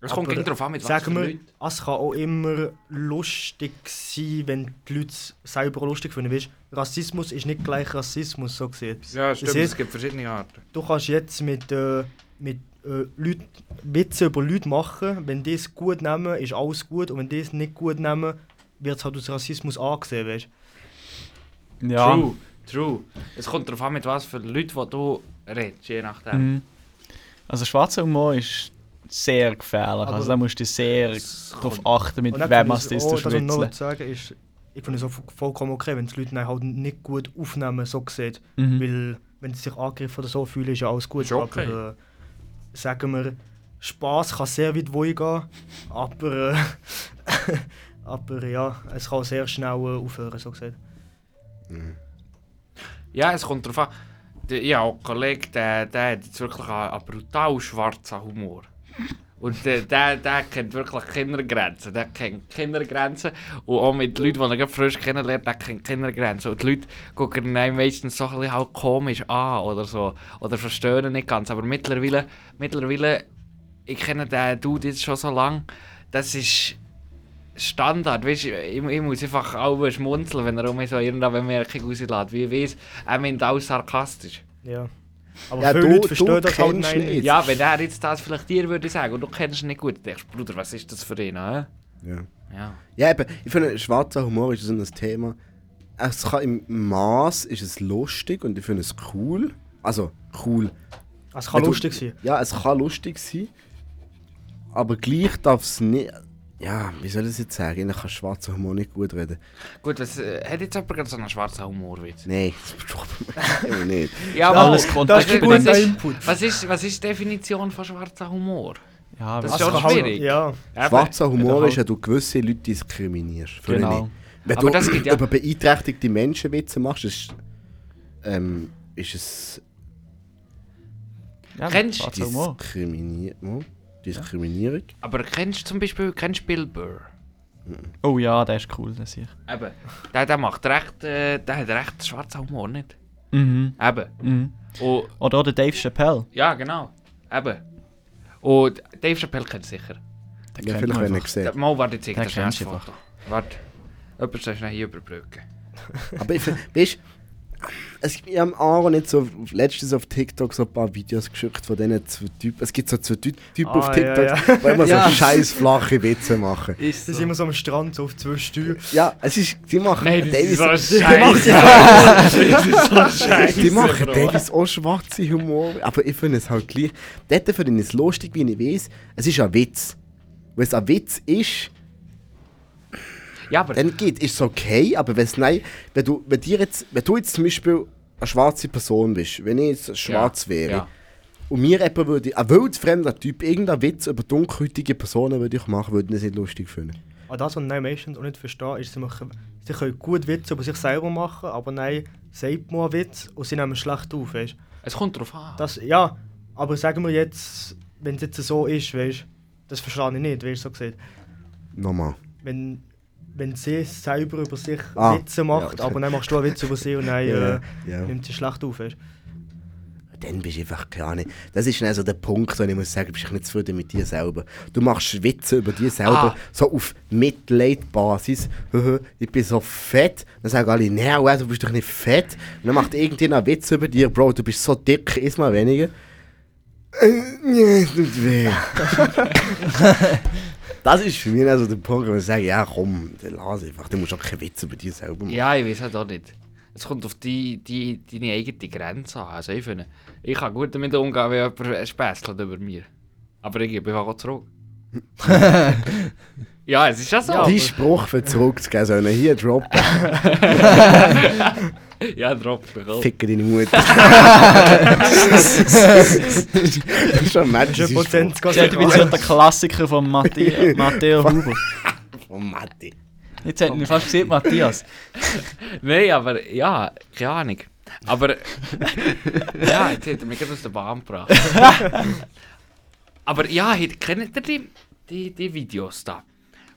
[SPEAKER 4] Es kommt
[SPEAKER 5] Aber
[SPEAKER 4] immer darauf an, mit was für
[SPEAKER 5] Sagen wir,
[SPEAKER 4] Leuten.
[SPEAKER 5] es kann auch immer lustig sein, wenn die Leute es selber lustig finden. Weißt, Rassismus ist nicht gleich Rassismus, so gesehen.
[SPEAKER 4] Ja,
[SPEAKER 5] stimmt, es
[SPEAKER 4] gibt verschiedene Arten.
[SPEAKER 5] Du kannst jetzt mit, äh, mit äh, Leuten Witze über Leute machen. Wenn die es gut nehmen, ist alles gut. Und wenn die es nicht gut nehmen, wird es halt aus Rassismus angesehen, weißt
[SPEAKER 7] Ja.
[SPEAKER 4] True, true. Es kommt darauf an, mit was für Leuten die du redest, je nachdem.
[SPEAKER 7] Mhm. Also schwarzer Humor ist sehr gefährlich.
[SPEAKER 5] Aber-
[SPEAKER 7] also da musst du sehr
[SPEAKER 4] Es
[SPEAKER 7] darauf
[SPEAKER 4] kommt-
[SPEAKER 7] achten, mit
[SPEAKER 5] Und dann
[SPEAKER 7] wem
[SPEAKER 5] finde
[SPEAKER 7] hast du
[SPEAKER 5] ich
[SPEAKER 7] es
[SPEAKER 5] es- oh, das, was ich noch
[SPEAKER 7] verschwitzeln.
[SPEAKER 5] sagen ist, ich finde es auch vollkommen okay, wenn es Leute dann halt nicht gut aufnehmen, so gesehen.
[SPEAKER 7] Mhm.
[SPEAKER 5] Weil, wenn sie sich angegriffen oder so fühlen, ist ja alles gut.
[SPEAKER 4] Ist okay.
[SPEAKER 5] Aber äh, sagen wir, Spaß kann sehr weit wohl gehen, aber, äh, aber ja, es kann sehr schnell äh, aufhören, so gesagt.
[SPEAKER 4] Ja, es kommt darauf an. Der- Ja, ein Kollege, der, der hat jetzt wirklich einen, einen brutal schwarzen Humor. Und der, der, der kennt wirklich Kindergrenzen. Der kennt Kindergrenzen. Und auch mit Leuten, die er gerade frisch kennenlernt, der kennt Kindergrenzen. Und die Leute gucken ihn dann meistens so ein bisschen halt komisch an oder so. Oder verstehen ihn nicht ganz. Aber mittlerweile, mittlerweile ich kenne den Dude jetzt schon so lange. Das ist Standard. Weißt, ich, ich muss einfach auch schmunzeln, wenn er um so irgendeine Bemerkung rauslässt. Wie ich weiß, er meint alles sarkastisch.
[SPEAKER 5] Ja. Aber
[SPEAKER 6] Ja,
[SPEAKER 5] viele
[SPEAKER 6] du-
[SPEAKER 5] Leute verstehen
[SPEAKER 6] du
[SPEAKER 5] das halt
[SPEAKER 6] kennst
[SPEAKER 5] nicht.
[SPEAKER 6] nicht.
[SPEAKER 4] Ja, wenn er jetzt das vielleicht dir würde sagen und du kennst ihn nicht gut, denkst du, Bruder, was ist das für ihn? Äh?
[SPEAKER 6] Ja.
[SPEAKER 4] Ja.
[SPEAKER 6] Ja, eben, ich finde, schwarzer Humor ist so ein Thema. Es kann im Maß ist es lustig und ich finde es cool. Also cool.
[SPEAKER 5] Es kann
[SPEAKER 6] Wenn du-
[SPEAKER 5] lustig sein.
[SPEAKER 6] Ja, es kann lustig sein. Aber gleich darf es nicht. Ja, wie soll ich das jetzt sagen? Ich kann schwarzer Humor nicht gut reden.
[SPEAKER 4] Gut, was, äh, hat jetzt jemand gerade so einen schwarzen Humorwitz?
[SPEAKER 6] Nein, das braucht man nicht.
[SPEAKER 4] Ja,
[SPEAKER 7] Alles
[SPEAKER 5] Das ist ein
[SPEAKER 4] Eben,
[SPEAKER 7] kontextbedingt.
[SPEAKER 5] guter
[SPEAKER 4] das ist-
[SPEAKER 5] Input.
[SPEAKER 4] was ist, was ist die Definition von schwarzer Humor?
[SPEAKER 7] Ja,
[SPEAKER 4] Das
[SPEAKER 7] aber-
[SPEAKER 4] ist schon
[SPEAKER 5] kann halt-
[SPEAKER 4] schwierig.
[SPEAKER 5] Ja,
[SPEAKER 4] Eben,
[SPEAKER 6] Schwarzer
[SPEAKER 7] wenn
[SPEAKER 6] Humor
[SPEAKER 7] du
[SPEAKER 6] ist, wenn du gewisse Leute diskriminierst. Finde ich.
[SPEAKER 7] genau.
[SPEAKER 6] Wenn
[SPEAKER 4] Aber
[SPEAKER 6] du
[SPEAKER 4] das geht ja-
[SPEAKER 6] über beeinträchtigte Menschen Witze machst, ist, ähm, ist es
[SPEAKER 7] Ja,
[SPEAKER 4] Kennst du
[SPEAKER 7] schwarzer Humor.
[SPEAKER 6] Diskrimier oh, Diskriminierung.
[SPEAKER 4] Aber kennst du zum Beispiel kennst Bill Burr?
[SPEAKER 7] Oh ja, der ist cool, der sehe ich.
[SPEAKER 4] Eben, der, der macht recht, äh, der hat recht schwarzen Humor, nicht?
[SPEAKER 7] Mhm.
[SPEAKER 4] Eben.
[SPEAKER 7] Mhm.
[SPEAKER 4] Und,
[SPEAKER 7] Oder auch der Dave Chappelle.
[SPEAKER 4] ja, genau. Eben. Und Dave Chappelle kennt sicher.
[SPEAKER 7] Den
[SPEAKER 6] Ja,
[SPEAKER 7] kennt
[SPEAKER 6] vielleicht,
[SPEAKER 7] man
[SPEAKER 6] wenn ich
[SPEAKER 7] einfach.
[SPEAKER 6] gesehen.
[SPEAKER 4] Mal, warte, jetzt ich
[SPEAKER 7] Den
[SPEAKER 4] das schnell das
[SPEAKER 7] kennst du
[SPEAKER 4] Foto. Warte. Jemand soll schnell hier überbrücken.
[SPEAKER 6] Aber ich find- weißt es gibt mir am Aaron nicht so letztens auf TikTok so ein paar Videos geschickt von diesen zwei Typen. Es gibt so zwei Ty Typen
[SPEAKER 5] Ah,
[SPEAKER 6] auf TikTok,
[SPEAKER 5] ja,
[SPEAKER 6] die immer
[SPEAKER 9] Ja.
[SPEAKER 6] so scheiß flache Witze machen.
[SPEAKER 9] Ist
[SPEAKER 5] sie sind immer so am Strand, so auf zwei Stühle.
[SPEAKER 6] Ja, es ist. Die machen
[SPEAKER 4] Nein, das ist so
[SPEAKER 6] Davis-
[SPEAKER 4] scheiße. das ist so scheiße.
[SPEAKER 6] Die machen teilweise auch schwarze Humor, aber ich finde es halt gleich. Dort finde ich es lustig, wie ich weiß, es ist ein Witz. Wenn es ein Witz ist,
[SPEAKER 4] Ja, aber
[SPEAKER 6] dann geht ist es okay, aber wenn es nein, wenn du, wenn, dir jetzt, wenn du jetzt zum Beispiel eine schwarze Person bist, wenn ich jetzt schwarz wäre
[SPEAKER 4] ja.
[SPEAKER 6] und mir jemand würde, ein wildfremder Typ, irgendeinen Witz über dunkelhäutige Personen würde ich machen, würde ich das nicht lustig finden.
[SPEAKER 5] An das, was nein meistens auch nicht verstehen, ist, sie, machen, sie können gut Witze über sich selber machen, aber nein, sagt man einen Witz und sie nehmen es schlecht auf, weißt
[SPEAKER 4] es kommt drauf an.
[SPEAKER 5] Das, ja, aber sagen wir jetzt, wenn es jetzt so ist, weißt du, das verstehe ich nicht, weißt du, so gesagt.
[SPEAKER 6] Nochmal.
[SPEAKER 5] Wenn, wenn sie selber über sich
[SPEAKER 6] Ah,
[SPEAKER 5] Witze macht,
[SPEAKER 6] ja, okay.
[SPEAKER 5] aber dann machst du einen Witz über sie und dann
[SPEAKER 6] Ja,
[SPEAKER 5] äh,
[SPEAKER 6] ja.
[SPEAKER 5] nimmt sie schlecht auf, weißt
[SPEAKER 6] Dann bist du einfach keine Ahnung. Das ist dann so der Punkt, wo ich muss sagen, bist du nicht zufrieden mit dir selber. Du machst Witze über dich selber,
[SPEAKER 4] Ah.
[SPEAKER 6] so auf Mitleidbasis. Höhö, ich bin so fett. Dann sagen alle, nein, wow, du bist doch nicht fett. Und dann macht irgendjemand einen Witz über dir, Bro, du bist so dick, isst mal weniger. Äh, nee, es tut weh. das ist für mich also der Punkt, wo ich sage, ja komm, dann lass einfach. Du musst auch keinen Witz über dich selber machen.
[SPEAKER 4] Ja, ich weiß halt auch nicht. Es kommt auf die, die, deine eigene Grenze an. Also ich finde, ich kann gut damit umgehen, wenn jemand späßelt über mir. Aber ich gebe einfach auch zurück. ja, es ist ja so.
[SPEAKER 6] Ja, Die Spruch für zurückzugeben, sollen hier droppen,
[SPEAKER 4] Ja, drop mich auch.
[SPEAKER 6] ficke deine Mutter. das ist schon ein Mensch, das
[SPEAKER 5] du.
[SPEAKER 6] ist von,
[SPEAKER 5] Prozent
[SPEAKER 7] Der ist wieder der Klassiker von Matthias Matteo Huber.
[SPEAKER 6] von Matti.
[SPEAKER 7] Jetzt hätten wir fast gesehen, Matthias.
[SPEAKER 4] Nein, aber ja, keine Ahnung. Aber ja, jetzt hat er mich gerade aus der Bahn gebracht. aber ja, hey, kennt ihr die, die, die Videos da?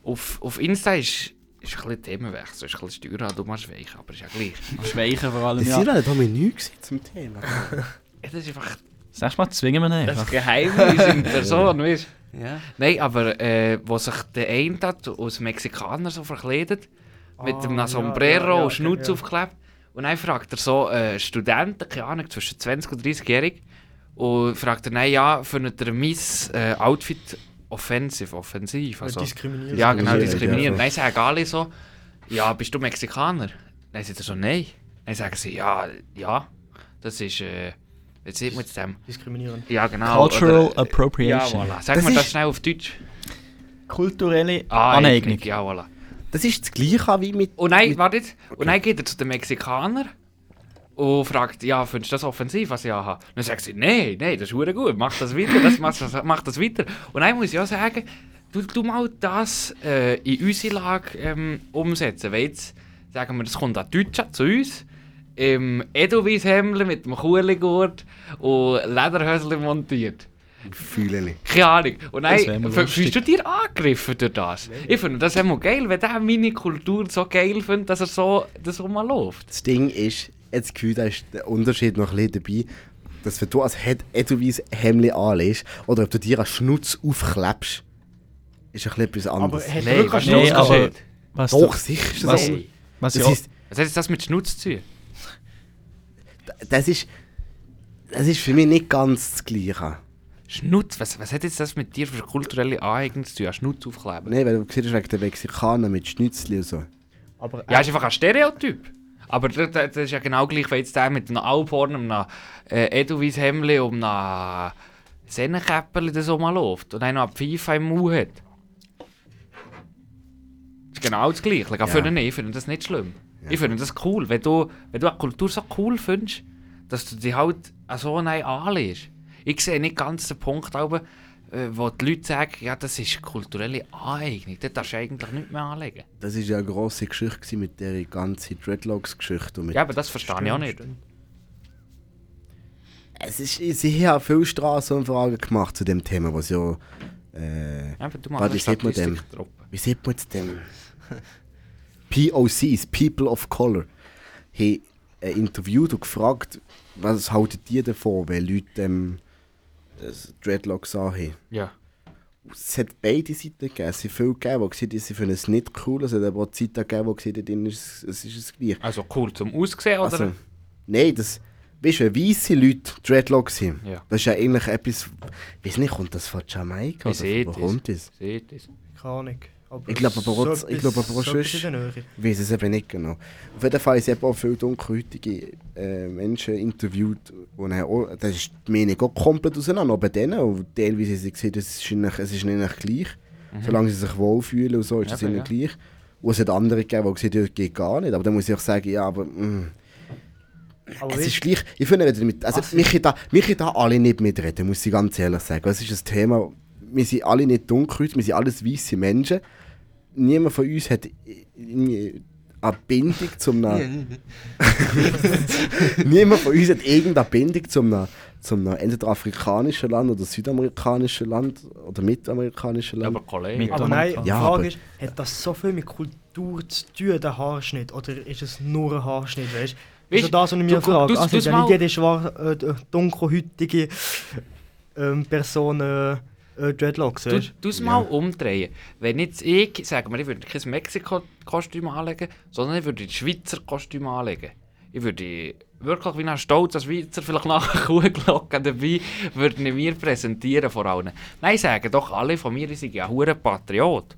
[SPEAKER 4] Auf, auf Insta ist, ist ein bisschen Themenwechsel, ist ein bisschen steuer, du machst weich, aber ist ja gleich.
[SPEAKER 7] Schweigen vor allem,
[SPEAKER 6] Das
[SPEAKER 7] ja.
[SPEAKER 6] sind alle da Menü zum Thema.
[SPEAKER 4] Ja, Das ist einfach
[SPEAKER 7] Das nächste Mal zwingen wir ihn
[SPEAKER 4] das
[SPEAKER 7] einfach.
[SPEAKER 4] Geheimnis in Person, weißt du?
[SPEAKER 9] Ja.
[SPEAKER 4] Nein, aber äh, wo sich der eine hat, als Mexikaner so verkleidet, mit
[SPEAKER 5] Ah, ja,
[SPEAKER 4] einem Sombrero
[SPEAKER 5] ja, ja,
[SPEAKER 4] und Schnutz
[SPEAKER 5] ja.
[SPEAKER 4] aufgeklebt. Und dann fragt er so äh, Studenten, keine Ahnung, zwischen 20 und 30 jährig und fragt er, nein, ja, findet ihr mein äh, Outfit offensiv,
[SPEAKER 5] Äh,
[SPEAKER 4] offensiv? Also,
[SPEAKER 5] Diskriminiert.
[SPEAKER 4] ja, genau,
[SPEAKER 6] Diskriminierend,
[SPEAKER 4] diskriminierend.
[SPEAKER 6] ja.
[SPEAKER 4] Dann sagen alle so, ja, bist du Mexikaner? Dann sagt er so, nein. Dann sagen sie, ja, ja, das ist, äh, jetzt sieht man jetzt dem,
[SPEAKER 5] Diskriminierend.
[SPEAKER 4] ja genau.
[SPEAKER 7] Cultural
[SPEAKER 4] oder, äh, ja,
[SPEAKER 7] Appropriation.
[SPEAKER 4] voilà. Sag
[SPEAKER 6] Das
[SPEAKER 4] mal das
[SPEAKER 6] ist-
[SPEAKER 4] schnell auf Deutsch.
[SPEAKER 7] Kulturelle
[SPEAKER 4] Aneignung.
[SPEAKER 7] Aneignung.
[SPEAKER 4] Ja, voilà.
[SPEAKER 6] Das ist das Gleiche wie mit...
[SPEAKER 4] Und nein, wartet. Und dann geht er zu den Mexikanern und fragt, ja, findest du das offensiv, was ich habe? Dann sagt sie, nein, nein, das ist verdammt gut, mach das weiter, das, mach, das, mach das weiter. Und dann muss ich auch sagen, du, du mal das äh, in unsere Lage ähm, umsetzen. Weil jetzt sagen wir, das kommt an Deutschland zu uns, im Edelweisshemdli mit dem Kuhlegurt und Lederhöschen montiert.
[SPEAKER 6] Fühleli.
[SPEAKER 4] Keine Ahnung. Und
[SPEAKER 7] Das wär
[SPEAKER 4] nein,
[SPEAKER 7] mal
[SPEAKER 4] f-
[SPEAKER 7] lustig.
[SPEAKER 4] fühlst du dir angegriffen durch das? Ich finde das immer geil, wenn der meine Kultur so geil findet, dass er so das rumläuft.
[SPEAKER 6] Das Ding ist, jetzt Gefühl, da ist der Unterschied noch ein bisschen dabei, dass wenn du als Head Edelweiss Hemli anlegst oder ob du dir einen Schnutz aufklebst, ist ein bisschen etwas
[SPEAKER 5] Aber
[SPEAKER 6] anderes.
[SPEAKER 5] hat
[SPEAKER 4] Nein,
[SPEAKER 5] er wirklich
[SPEAKER 4] nein,
[SPEAKER 5] Schnutz
[SPEAKER 7] Nee,
[SPEAKER 5] gehabt?
[SPEAKER 7] aber
[SPEAKER 4] Unterschied.
[SPEAKER 7] was,
[SPEAKER 6] Doch,
[SPEAKER 7] du-
[SPEAKER 6] sicher ist das
[SPEAKER 7] Was-
[SPEAKER 6] anders.
[SPEAKER 7] was ich
[SPEAKER 6] Das
[SPEAKER 7] auch-
[SPEAKER 6] ist,
[SPEAKER 4] Was hat jetzt das mit Schnutz zu tun?
[SPEAKER 6] das ist, das ist für mich nicht ganz das Gleiche.
[SPEAKER 4] Schnutz? Was, was hat jetzt das mit dir für kulturelle Aneignung zu tun? Ein Schnutz aufkleben?
[SPEAKER 6] Nein, weil du siehst, wegen den Mexikanern mit Schnitzel und so.
[SPEAKER 5] Aber
[SPEAKER 4] Ja, ist einfach ein Stereotyp. Aber das, das das ist ja genau gleich, wie jetzt der mit einem Alphorn, einem äh, Edelweisshemdli und einem Sennenkäpperli das rumläuft und dann noch eine Pfeife im Mund hat. Das ist genau das Gleiche. Ich finde nicht, ich finde das nicht schlimm. Ich finde das cool. Wenn du, wenn du eine Kultur so cool findest, dass du dich halt an so einen anlegst. Ich sehe nicht ganz den Punkt, aber, äh, wo die Leute sagen, ja, das ist kulturelle Aneignung. Das darfst du eigentlich nicht mehr anlegen.
[SPEAKER 6] Das war ja eine grosse Geschichte gewesen mit der ganzen Dreadlocks-Geschichte. und mit-
[SPEAKER 4] Ja, aber das verstehe ich auch nicht.
[SPEAKER 6] Es ist, sie haben viele Straßenumfragen gemacht zu dem Thema, was ja... Äh,
[SPEAKER 4] Einfach, du machst
[SPEAKER 6] Warte,
[SPEAKER 4] eine
[SPEAKER 6] ich heb mal den.
[SPEAKER 4] Statistik drauf.
[SPEAKER 6] wie sieht man jetzt denn? POCs, People of Color, haben äh, interviewt und gefragt, was haltet ihr davon, wenn Leute ähm, das Dreadlocks anhaben?
[SPEAKER 4] Ja.
[SPEAKER 6] Es hat beide Seiten gegeben. Es hat viele gegeben, die gesagt haben, sie finden es nicht cool. Es hat aber auch Zeiten gegeben, die gesagt haben, denen ist es- es ist es gleich.
[SPEAKER 4] Also cool zum Aussehen, oder?
[SPEAKER 6] Also, nein, das. Weißt du, wenn weisse Leute Dreadlocks haben,
[SPEAKER 4] Ja.
[SPEAKER 6] das ist ja eigentlich etwas. Weiß nicht, kommt das von Jamaika?
[SPEAKER 4] Wie sieht
[SPEAKER 6] Oder
[SPEAKER 4] das?
[SPEAKER 6] wo kommt das?
[SPEAKER 4] Seht ihr es?
[SPEAKER 5] Keine Ahnung. Aber
[SPEAKER 6] Ich glaube aber auch-
[SPEAKER 5] so
[SPEAKER 6] ich glaube aber auch
[SPEAKER 5] etwas- so etwas
[SPEAKER 6] sonst-
[SPEAKER 5] in der Nähe.
[SPEAKER 6] Ich weiß es eben nicht genau. Auf jeden Fall sind eben auch viele dunkelhäutige äh, Menschen interviewt. Und haben auch, das ist die Meinung auch komplett auseinander. Bei denen, und teilweise haben sie gesagt, es ist ihnen, es ist ihnen gleich. Solange sie sich wohlfühlen und so, ist es
[SPEAKER 4] Mhm. Eben,
[SPEAKER 6] ihnen
[SPEAKER 4] ja.
[SPEAKER 6] gleich. Und es hat andere gegeben, die gesagt haben, das geht gar nicht. Aber dann muss ich auch sagen, ja, aber... mm, Mh,
[SPEAKER 5] Aber
[SPEAKER 6] es ist
[SPEAKER 5] weißt
[SPEAKER 6] gleich, ich finde, wenn du mit, also, mich, können da, mich können da alle nicht mitreden, muss ich ganz ehrlich sagen. Es ist ein Thema, wir sind alle nicht dunkelhäutig, wir sind alles weiße Menschen. Niemand von uns hat irgendwie eine Bindung zum einem, niemand von uns hat irgendeine Bindung zum einem, zum einem entweder afrikanischen Land oder südamerikanischen Land oder mittelamerikanischen Land.
[SPEAKER 4] Aber Kollege.
[SPEAKER 5] aber nein, die
[SPEAKER 6] Ja,
[SPEAKER 5] Frage
[SPEAKER 6] aber-
[SPEAKER 5] ist, hat das so viel mit Kultur zu tun, der Haarschnitt? Oder ist es nur ein Haarschnitt, weißt du? Das ist ja
[SPEAKER 4] Weißt,
[SPEAKER 5] das, was ich
[SPEAKER 4] du-
[SPEAKER 5] mir
[SPEAKER 4] du-
[SPEAKER 5] frage.
[SPEAKER 4] du's-
[SPEAKER 5] Also,
[SPEAKER 4] du's
[SPEAKER 5] ja,
[SPEAKER 4] mal-
[SPEAKER 5] nicht jede schwar, äh, d- dunkelhäutige ähm, Person äh, äh, Dreadlocks,
[SPEAKER 4] Du
[SPEAKER 5] weißt
[SPEAKER 4] du es mal umdrehen. Wenn jetzt ich, sagen wir, ich würde kein Mexiko-Kostüm anlegen, sondern ich würde ein Schweizer Kostüm anlegen. Ich würde wirklich wie ein stolzer Schweizer, vielleicht nach einer Kuhglocke dabei, würde ich mir präsentieren vor allen. Nein, sagen doch alle von mir, ich sei ja ein verdammter Patriot.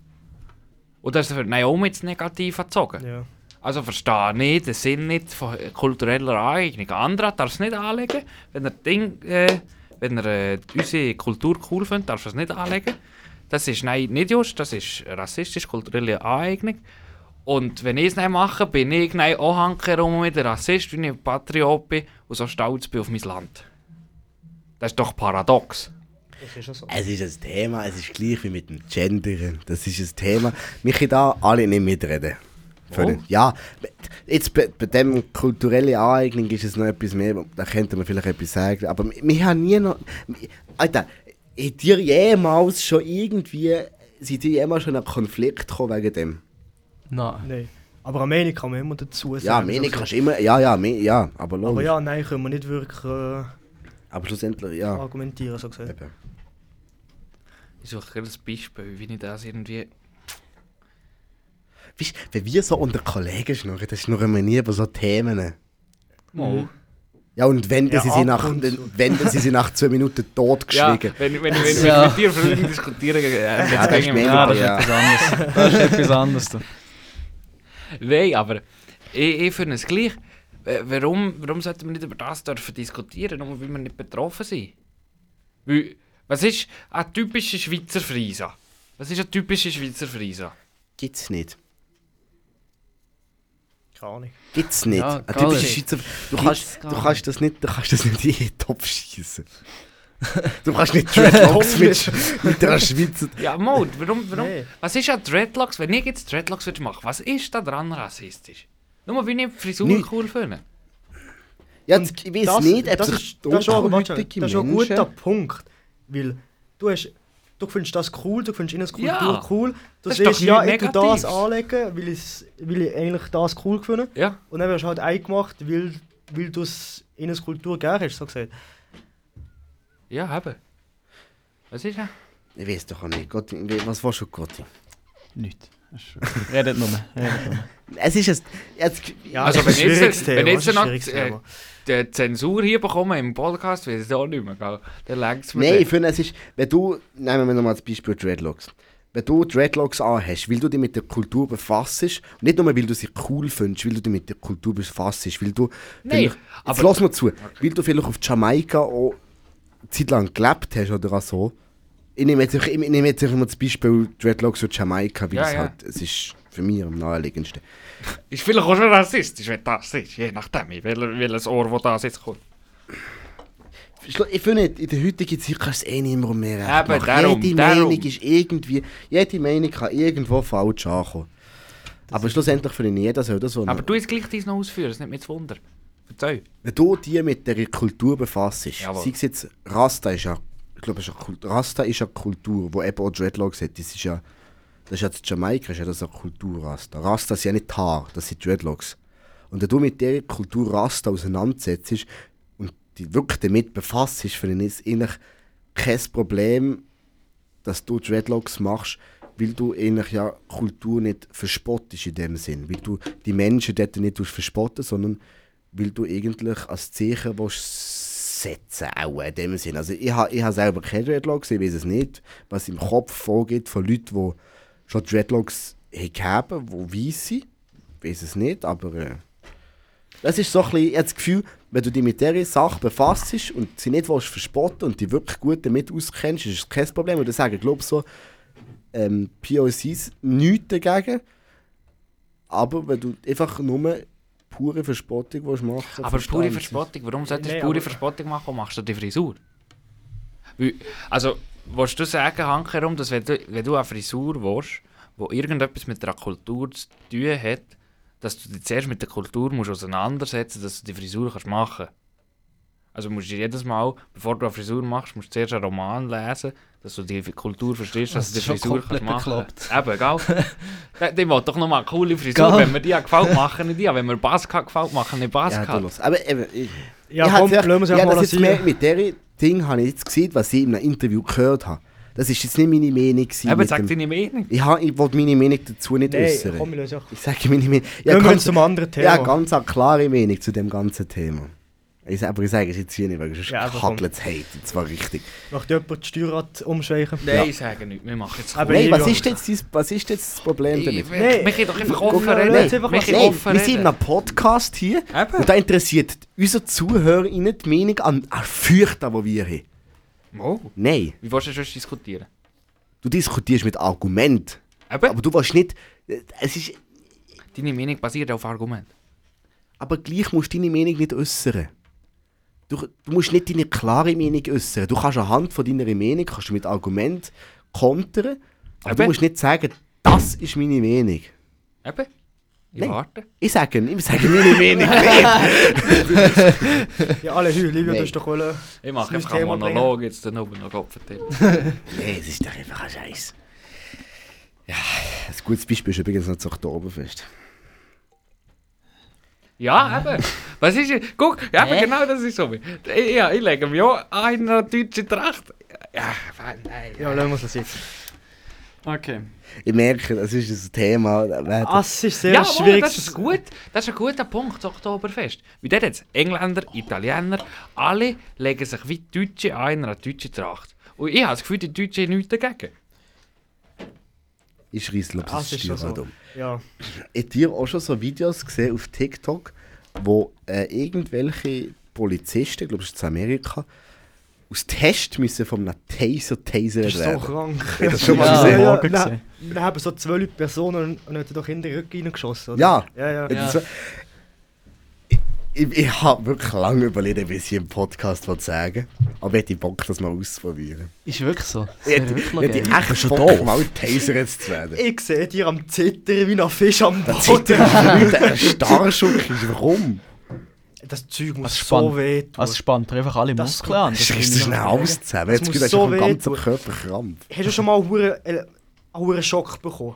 [SPEAKER 4] Und das wird nein, auch jetzt negativ erzogen.
[SPEAKER 5] du? Ja.
[SPEAKER 4] Also verstehe nicht den Sinn nicht von äh, kultureller Aneignung. Andere darf es nicht anlegen. Wenn er, Ding, äh, wenn er äh, unsere Kultur cool findet, darf er es nicht anlegen. Das ist nein, nicht just, das ist rassistisch, kulturelle Aneignung. Und wenn ich es nicht mache, bin ich nein, auch hankerum mit Rassist, wie ich ein Patriot bin und so stolz bin auf mein Land. Das ist doch paradox.
[SPEAKER 5] Das ist ja so.
[SPEAKER 6] Es ist ein Thema, es ist gleich wie mit dem Gendern. Das ist ein Thema. Wir können da alle nicht mitreden. Völlig. Ja, jetzt bei, bei dem kulturellen Aneignung ist es noch etwas mehr, da könnte man vielleicht etwas sagen, aber wir, wir haben nie noch... Alter, hat dir jemals schon irgendwie... Seid ihr jemals schon in einen Konflikt gekommen wegen dem?
[SPEAKER 9] Nein.
[SPEAKER 5] Nein. Aber eine Meinung kann man immer dazu sagen. Also,
[SPEAKER 6] Ja, Meinung kannst du immer... Ja, ja, me, ja, aber logisch.
[SPEAKER 5] Aber ja, nein, können wir nicht wirklich äh,
[SPEAKER 6] aber schlussendlich, ja.
[SPEAKER 5] argumentieren, so gesagt.
[SPEAKER 6] Eben.
[SPEAKER 4] Ich Ich suche gerade ein Beispiel, wie ich das irgendwie...
[SPEAKER 6] Weißt, du, wenn wir so unter Kollegen schnurren, das schnurren wir nie über so Themen.
[SPEAKER 7] Mhm.
[SPEAKER 4] Mal.
[SPEAKER 6] Ja, und wenn, dann
[SPEAKER 5] Ja,
[SPEAKER 6] sind sie nach,
[SPEAKER 5] ab und zu.
[SPEAKER 6] wenn dann sind sie nach zwei Minuten
[SPEAKER 4] Ja,
[SPEAKER 6] totgeschwiegen.
[SPEAKER 4] wenn, wenn, wenn, wenn
[SPEAKER 9] Ja.
[SPEAKER 4] ich mit dir Freunde diskutieren äh, jetzt
[SPEAKER 6] das
[SPEAKER 4] gehen
[SPEAKER 6] ist
[SPEAKER 4] wir
[SPEAKER 6] mehr-
[SPEAKER 4] wieder.
[SPEAKER 7] Ja, das
[SPEAKER 6] Ja.
[SPEAKER 7] ist etwas anderes. Das ist etwas anderes. da.
[SPEAKER 4] Nein, aber ich, ich finde es gleich. Äh, Warum, warum sollten wir nicht über das dürfen diskutieren, nur weil wir nicht betroffen sind? Weil, was ist ein typischer Schweizer Friesa? Was ist ein typischer Schweizer Friesa?
[SPEAKER 6] Gibt's nicht.
[SPEAKER 5] Keine Ahnung.
[SPEAKER 6] Gibt's nicht.
[SPEAKER 9] Ja,
[SPEAKER 6] Ein
[SPEAKER 9] gar
[SPEAKER 6] typischer
[SPEAKER 9] nicht.
[SPEAKER 6] Schweizer. Du
[SPEAKER 9] Gibt's
[SPEAKER 6] kannst,
[SPEAKER 9] gar
[SPEAKER 6] du kannst das nicht, du kannst das nicht in den Topf schießen. Du kannst nicht Dreadlocks mit, mit einer Schweizer.
[SPEAKER 4] Ja, Maud, warum, warum?
[SPEAKER 5] Nein.
[SPEAKER 4] Was ist ein Dreadlocks, wenn ich jetzt Dreadlocks würde machen? Was ist da dran rassistisch? Nur weil ich die Frisur
[SPEAKER 6] Nicht.
[SPEAKER 4] cool finde.
[SPEAKER 6] Ja, das, ich weiß
[SPEAKER 5] das,
[SPEAKER 6] nicht, ob
[SPEAKER 5] das
[SPEAKER 6] sich
[SPEAKER 5] ist, das ist auch, warte, das
[SPEAKER 6] dunkelhäutige
[SPEAKER 5] ist auch ein guter
[SPEAKER 6] Menschen...
[SPEAKER 5] Punkt, weil du hast, du findest das cool, du findest Ines Kultur
[SPEAKER 4] Ja.
[SPEAKER 5] cool, du
[SPEAKER 4] Das ist
[SPEAKER 5] sagst,
[SPEAKER 4] doch
[SPEAKER 5] ja,
[SPEAKER 4] nichts
[SPEAKER 5] ich tu das
[SPEAKER 4] Negatives.
[SPEAKER 5] anlegen, weil ich, weil ich eigentlich das cool finde
[SPEAKER 4] Ja.
[SPEAKER 5] und dann wirst du halt eingemacht, weil, weil du es Ines Kultur gerne hast, so gesagt.
[SPEAKER 4] Ja, eben. Was ist das?
[SPEAKER 6] Ich weiß doch auch nicht. Gott, was war schon Gott?
[SPEAKER 7] Nicht. Redet nur. Redet nur.
[SPEAKER 6] Es ist ein... Jetzt, ja,
[SPEAKER 4] Also,
[SPEAKER 5] das
[SPEAKER 4] wenn
[SPEAKER 5] ist ein
[SPEAKER 4] jetzt-
[SPEAKER 5] schwieriges
[SPEAKER 4] wenn
[SPEAKER 5] Thema,
[SPEAKER 4] jetzt
[SPEAKER 5] das ist ein
[SPEAKER 4] noch-
[SPEAKER 5] schwieriges
[SPEAKER 4] äh,
[SPEAKER 5] Thema.
[SPEAKER 4] Die Zensur hier bekommen im Podcast, weiß ich auch nicht mehr. Gell? Dann lenkt es mir.
[SPEAKER 6] Nein,
[SPEAKER 4] dann.
[SPEAKER 6] ich finde, es ist, wenn du, nehmen wir nochmal das Beispiel Dreadlocks. Wenn du Dreadlocks anhast, weil du dich mit der Kultur befasst, und nicht nur, weil du sie cool findest, weil du dich mit der Kultur befasst, weil du.
[SPEAKER 4] Nein,
[SPEAKER 6] vielleicht- jetzt
[SPEAKER 4] aber-
[SPEAKER 6] lass mal zu, weil du vielleicht auf Jamaika auch eine Zeit lang gelebt hast oder auch so. Ich nehme jetzt, ich nehme jetzt immer das Beispiel Dreadlocks und Jamaika, weil
[SPEAKER 4] Ja,
[SPEAKER 6] es
[SPEAKER 4] ja.
[SPEAKER 6] halt, es ist für mich am naheliegendsten.
[SPEAKER 4] Ist vielleicht auch schon rassistisch, wenn das ist. Je nachdem, in wel- welches Ohr, wo das jetzt kommt.
[SPEAKER 6] Schlu- Ich finde, in der heutigen Zeit kannst du es eh nicht mehr mehr recht
[SPEAKER 4] Eben,
[SPEAKER 6] machen.
[SPEAKER 4] darum,
[SPEAKER 6] jede
[SPEAKER 4] darum.
[SPEAKER 6] Meinung ist irgendwie, jede Meinung kann irgendwo falsch ankommen. Aber schlussendlich finde ich jeder soll das so
[SPEAKER 4] Aber
[SPEAKER 6] machen.
[SPEAKER 4] du jetzt gleich deins noch ausführen, das nimmt mich zu Wunder. Verzeih.
[SPEAKER 6] Wenn du dich mit der Kultur befasst,
[SPEAKER 4] Jawohl.
[SPEAKER 6] sei es jetzt Rasta ist ja, ich glaube, es ist eine Kult- Rasta ist eine Kultur, wo eben auch Dreadlocks hat. Das ist ja, das ist ja das Jamaika, ist ja das eine Kultur Rasta. Rasta ist ja nicht Haar, das sind Dreadlocks. Und wenn du mit der Kultur Rasta auseinandersetzt und dich wirklich damit befasst, finde ich es eigentlich kein Problem, dass du Dreadlocks machst, weil du eigentlich ja Kultur nicht verspottest in dem Sinn. Weil du die Menschen dort nicht tust verspotten, sondern weil du eigentlich als Zeichen willst setzen auch in dem Sinn. Also ich habe ich ha selber keine Dreadlocks, ich weiß es nicht, was im Kopf vorgeht von Leuten, die schon Dreadlocks haben, die weiss sind. Ich weiß es nicht, aber... Äh, das ist so ein bisschen ich hab das Gefühl, wenn du dich mit dieser Sache befasst und sie nicht willst verspotten und dich wirklich gut damit auskennst, ist es kein Problem. Und dann sagen, ich glaube so, ähm, POCs nichts dagegen. Aber wenn du einfach nur pure Verspottung willst machen willst,
[SPEAKER 4] Aber pure Verspottung, warum solltest du
[SPEAKER 5] Nee,
[SPEAKER 4] pure
[SPEAKER 5] aber-
[SPEAKER 4] Verspottung machen und machst du die Frisur? Weil, also, willst du sagen, Hank, herum, dass wenn du, wenn du eine Frisur willst, die irgendetwas mit der Kultur zu tun hat, dass du dich zuerst mit der Kultur musst auseinandersetzen dass du die Frisur kannst machen kannst? Also musst du jedes Mal, bevor du eine Frisur machst, musst du zuerst einen Roman lesen, dass du die Kultur verstehst, dass
[SPEAKER 9] Das
[SPEAKER 4] du die
[SPEAKER 9] ist schon
[SPEAKER 4] Frisur kannst
[SPEAKER 9] komplett
[SPEAKER 4] machen
[SPEAKER 9] bekloppt.
[SPEAKER 4] Eben, gell? Der- Der will doch noch mal eine coole Frisur.
[SPEAKER 9] Gell?
[SPEAKER 4] Wenn mir die gefällt, machen wir die. Wenn mir Baska gefällt, machen wir Baska.
[SPEAKER 6] ja, du los. Aber eben, ich,
[SPEAKER 5] Ja,
[SPEAKER 6] ich
[SPEAKER 5] komm,
[SPEAKER 6] hab's
[SPEAKER 5] lassen wir es
[SPEAKER 6] ja,
[SPEAKER 5] einfach mal
[SPEAKER 6] das
[SPEAKER 5] sein.
[SPEAKER 6] jetzt mehr, mit diesem Ding habe ich jetzt gesehen, was ich in einem Interview gehört habe. Das ist jetzt nicht meine Meinung. gewesen
[SPEAKER 4] Eben,
[SPEAKER 6] mit
[SPEAKER 4] sag
[SPEAKER 6] dem-
[SPEAKER 4] deine Meinung.
[SPEAKER 6] ich, ha- ich wollte meine Meinung dazu nicht
[SPEAKER 5] Nein,
[SPEAKER 6] äußern.
[SPEAKER 5] komm, wir lösen auch.
[SPEAKER 6] Ich sage meine Meinung.
[SPEAKER 5] Gehen wir
[SPEAKER 6] Ja, ganz-
[SPEAKER 5] uns zum anderen Thema.
[SPEAKER 6] Ja, ganz eine klare Meinung zu dem ganzen Thema. Ich, aber ich sage es jetzt hier nicht, weil sonst
[SPEAKER 5] Ja, also
[SPEAKER 6] ja,
[SPEAKER 5] aber
[SPEAKER 6] hagelt es Hate. Und zwar richtig.
[SPEAKER 5] Möchte jemand die Steuerrad umschwenken?
[SPEAKER 4] Nein, ich sage nichts. Wir machen jetzt
[SPEAKER 5] Aber
[SPEAKER 4] cool.
[SPEAKER 6] Nein,
[SPEAKER 5] ich-
[SPEAKER 6] was ist, jetzt dein, was ist jetzt das Problem
[SPEAKER 4] Ich-
[SPEAKER 6] damit?
[SPEAKER 4] ich-
[SPEAKER 5] Nein.
[SPEAKER 4] Wir können doch einfach
[SPEAKER 5] Guck
[SPEAKER 4] offen
[SPEAKER 5] mal,
[SPEAKER 4] reden.
[SPEAKER 5] lass einfach
[SPEAKER 4] Wir
[SPEAKER 5] was
[SPEAKER 4] können
[SPEAKER 6] Nein,
[SPEAKER 4] offen
[SPEAKER 6] wir sind in
[SPEAKER 4] reden.
[SPEAKER 6] einem Podcast hier
[SPEAKER 4] Eben.
[SPEAKER 6] und da interessiert unsere Zuhörer nicht die Meinung an an Fürchten, die wir haben.
[SPEAKER 4] Mo,
[SPEAKER 6] Nein,
[SPEAKER 4] Wie willst du sonst diskutieren?
[SPEAKER 6] du diskutierst mit Argumenten.
[SPEAKER 4] Eben.
[SPEAKER 6] Aber du willst nicht. äh, Es ist,
[SPEAKER 4] Deine Meinung basiert auf Argumenten.
[SPEAKER 6] aber gleich musst du deine Meinung nicht äußern. Du, du musst nicht deine klare Meinung äußern. Du kannst anhand von deiner Meinung kannst du mit Argument kontern, aber du
[SPEAKER 4] Eben.
[SPEAKER 6] musst nicht sagen, das ist meine Meinung.
[SPEAKER 4] Eben. Ich
[SPEAKER 6] Nein.
[SPEAKER 4] warte.
[SPEAKER 6] Ich sage, ich sage meine Meinung nicht.
[SPEAKER 5] Ja, alle Hü, Livio,
[SPEAKER 6] Nein.
[SPEAKER 5] du hast doch wollen.
[SPEAKER 4] Ich mache
[SPEAKER 5] Das
[SPEAKER 4] einfach einen
[SPEAKER 5] Thema bringen.
[SPEAKER 4] Monolog jetzt dann oben noch Kopf erzählen.
[SPEAKER 6] Nein, es ist doch einfach ein Scheiß. Ja, ein gutes Beispiel ist übrigens noch das Oktoberfest.
[SPEAKER 4] Ja, eben. Was Ah, ist. Guck, eben, genau das ist so. Ich, ja, ich lege mir auch einen deutschen Tracht. Ja, Mann, nein.
[SPEAKER 5] Ja, lassen wir es jetzt.
[SPEAKER 7] Okay.
[SPEAKER 6] Ich merke, das ist ein Thema. da werden-
[SPEAKER 5] Das Ah, ist sehr
[SPEAKER 4] Ja,
[SPEAKER 5] schwierig.
[SPEAKER 4] schwierig. das ist gut. Das ist ein guter Punkt, das Oktoberfest. Weil dort jetzt Engländer, Italiener, alle legen sich wie die Deutsche ein, in eine deutsche Tracht. Und ich habe das Gefühl, die Deutschen haben nichts dagegen.
[SPEAKER 6] Ich schreisse, glaube
[SPEAKER 5] Ah, Das
[SPEAKER 6] das um.
[SPEAKER 5] ist
[SPEAKER 6] ist
[SPEAKER 5] schon so.
[SPEAKER 6] dumm.
[SPEAKER 5] Ja.
[SPEAKER 6] habt ihr auch schon so Videos gesehen auf TikTok, wo äh, irgendwelche Polizisten, glaube ich, das ist in Amerika, aus Test müssen von einem Taser Taser
[SPEAKER 5] Das ist so
[SPEAKER 6] werden.
[SPEAKER 5] krank.
[SPEAKER 6] Habt ihr das schon mal
[SPEAKER 5] Ja,
[SPEAKER 7] Ja.
[SPEAKER 6] gesehen?
[SPEAKER 7] Ja.
[SPEAKER 5] ja,
[SPEAKER 7] Morgen
[SPEAKER 5] nein,
[SPEAKER 7] gesehen.
[SPEAKER 5] wir haben so zwölf Personen und hat doch in den Rücken reingeschossen. Oder?
[SPEAKER 6] Ja.
[SPEAKER 5] ja, ja.
[SPEAKER 9] Ja.
[SPEAKER 6] Das war- Ich, ich habe wirklich lange überlegt, ob ich es hier im Podcast sagen will. Aber ich hätte Bock, das mal auszuprobieren.
[SPEAKER 9] Ist wirklich so. Das
[SPEAKER 6] Ich
[SPEAKER 9] wäre
[SPEAKER 6] hätte, ich
[SPEAKER 9] wirklich
[SPEAKER 6] hätte
[SPEAKER 9] geil.
[SPEAKER 6] echt Bock, mal Taser zu werden.
[SPEAKER 5] Ich sehe dir am Zittern wie ein Fisch am
[SPEAKER 6] Dann zieht er
[SPEAKER 5] Boden.
[SPEAKER 6] die Leute einen Starrschuck. Warum?
[SPEAKER 5] Das Zeug
[SPEAKER 7] Das
[SPEAKER 5] muss
[SPEAKER 7] ist
[SPEAKER 5] so
[SPEAKER 7] spannend.
[SPEAKER 5] weh tun.
[SPEAKER 7] Also spannt einfach alle
[SPEAKER 5] Das-
[SPEAKER 7] Muskeln an.
[SPEAKER 6] Das ist schnell alles zusammen. Jetzt
[SPEAKER 5] muss
[SPEAKER 6] gibt es
[SPEAKER 5] so
[SPEAKER 6] so einen
[SPEAKER 5] weh
[SPEAKER 6] ganzen
[SPEAKER 5] tun.
[SPEAKER 6] Körper Krampf.
[SPEAKER 5] Hast du schon mal einen Huren- äh, einen Huren Schock bekommen?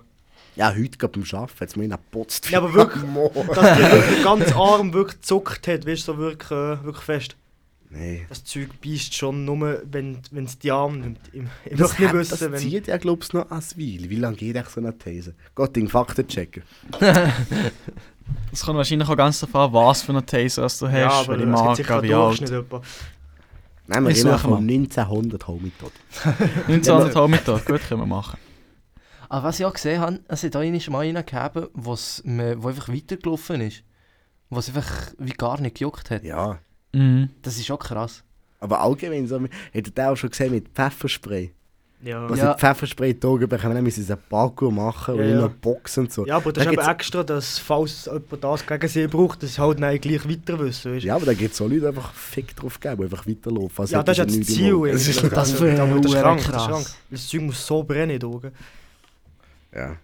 [SPEAKER 6] Ja, heute gerade beim Arbeiten, jetzt muss ich ihn geputzt.
[SPEAKER 5] Ja, aber wirklich.
[SPEAKER 6] Mann.
[SPEAKER 5] Dass dir wirklich der ganze Arm wirklich gezuckt hat, weißt du, so wirklich, äh, wirklich fest.
[SPEAKER 6] Nein.
[SPEAKER 5] Das Zeug beißt schon nur, wenn es die Arme nimmt. Ich, ich
[SPEAKER 6] Das,
[SPEAKER 5] möchte nicht
[SPEAKER 6] hat,
[SPEAKER 5] wissen,
[SPEAKER 6] das
[SPEAKER 5] wenn...
[SPEAKER 6] zieht ja, glaube ich, noch ein Weile. Wie lange geht eigentlich so eine These? Gott, den Fakten checken.
[SPEAKER 7] Es kommt wahrscheinlich auch ganz davon an, was für einen Taser du hast,
[SPEAKER 5] ja, aber
[SPEAKER 7] welche
[SPEAKER 5] es gibt sicher
[SPEAKER 7] Marke,
[SPEAKER 5] einen
[SPEAKER 7] wie alt.
[SPEAKER 5] Durchschnitt. etwa.
[SPEAKER 6] Nein, wir
[SPEAKER 7] Ich
[SPEAKER 6] reden
[SPEAKER 7] suche
[SPEAKER 6] von
[SPEAKER 7] mal.
[SPEAKER 6] 1900 Homie-Tod.
[SPEAKER 7] 1900 Mittag, gut, können wir machen.
[SPEAKER 9] Aber was ich auch gesehen habe, es hat auch einmal mal einen gegeben, wo's mir- wo einfach weitergelaufen ist. Wo es einfach wie gar nicht gejuckt hat.
[SPEAKER 6] Ja.
[SPEAKER 7] Mhm.
[SPEAKER 9] Das ist auch krass.
[SPEAKER 6] Aber allgemein, so, hätte ihr auch schon gesehen mit Pfefferspray.
[SPEAKER 5] Ja.
[SPEAKER 6] Was
[SPEAKER 9] Ja.
[SPEAKER 6] ja. Pfefferspray da bekommen, dann müssen sie einen Parkour machen
[SPEAKER 5] Ja,
[SPEAKER 6] und nicht
[SPEAKER 5] ja.
[SPEAKER 6] noch boxen und so.
[SPEAKER 5] ja, aber das
[SPEAKER 6] Da
[SPEAKER 5] ist eben
[SPEAKER 6] gibt's-
[SPEAKER 5] extra, dass falls jemand das gegen sie braucht, dass sie halt dann gleich weiter wissen, weißt du.
[SPEAKER 6] Ja, aber da gibt es auch Leute, die einfach Fick drauf geben, die einfach weiterlaufen. als
[SPEAKER 5] Ja,
[SPEAKER 6] hätten
[SPEAKER 5] das ist
[SPEAKER 6] sie
[SPEAKER 5] ja das
[SPEAKER 6] nichts
[SPEAKER 5] Ziel.
[SPEAKER 6] im Auge.
[SPEAKER 5] eigentlich.
[SPEAKER 6] Das ist
[SPEAKER 9] Das
[SPEAKER 5] aber-
[SPEAKER 9] wäre
[SPEAKER 5] aber das ist
[SPEAKER 9] verdammt
[SPEAKER 5] krank, das ist
[SPEAKER 9] krass.
[SPEAKER 5] krank. Das Zeug muss so brennen in den Augen.
[SPEAKER 6] Ja.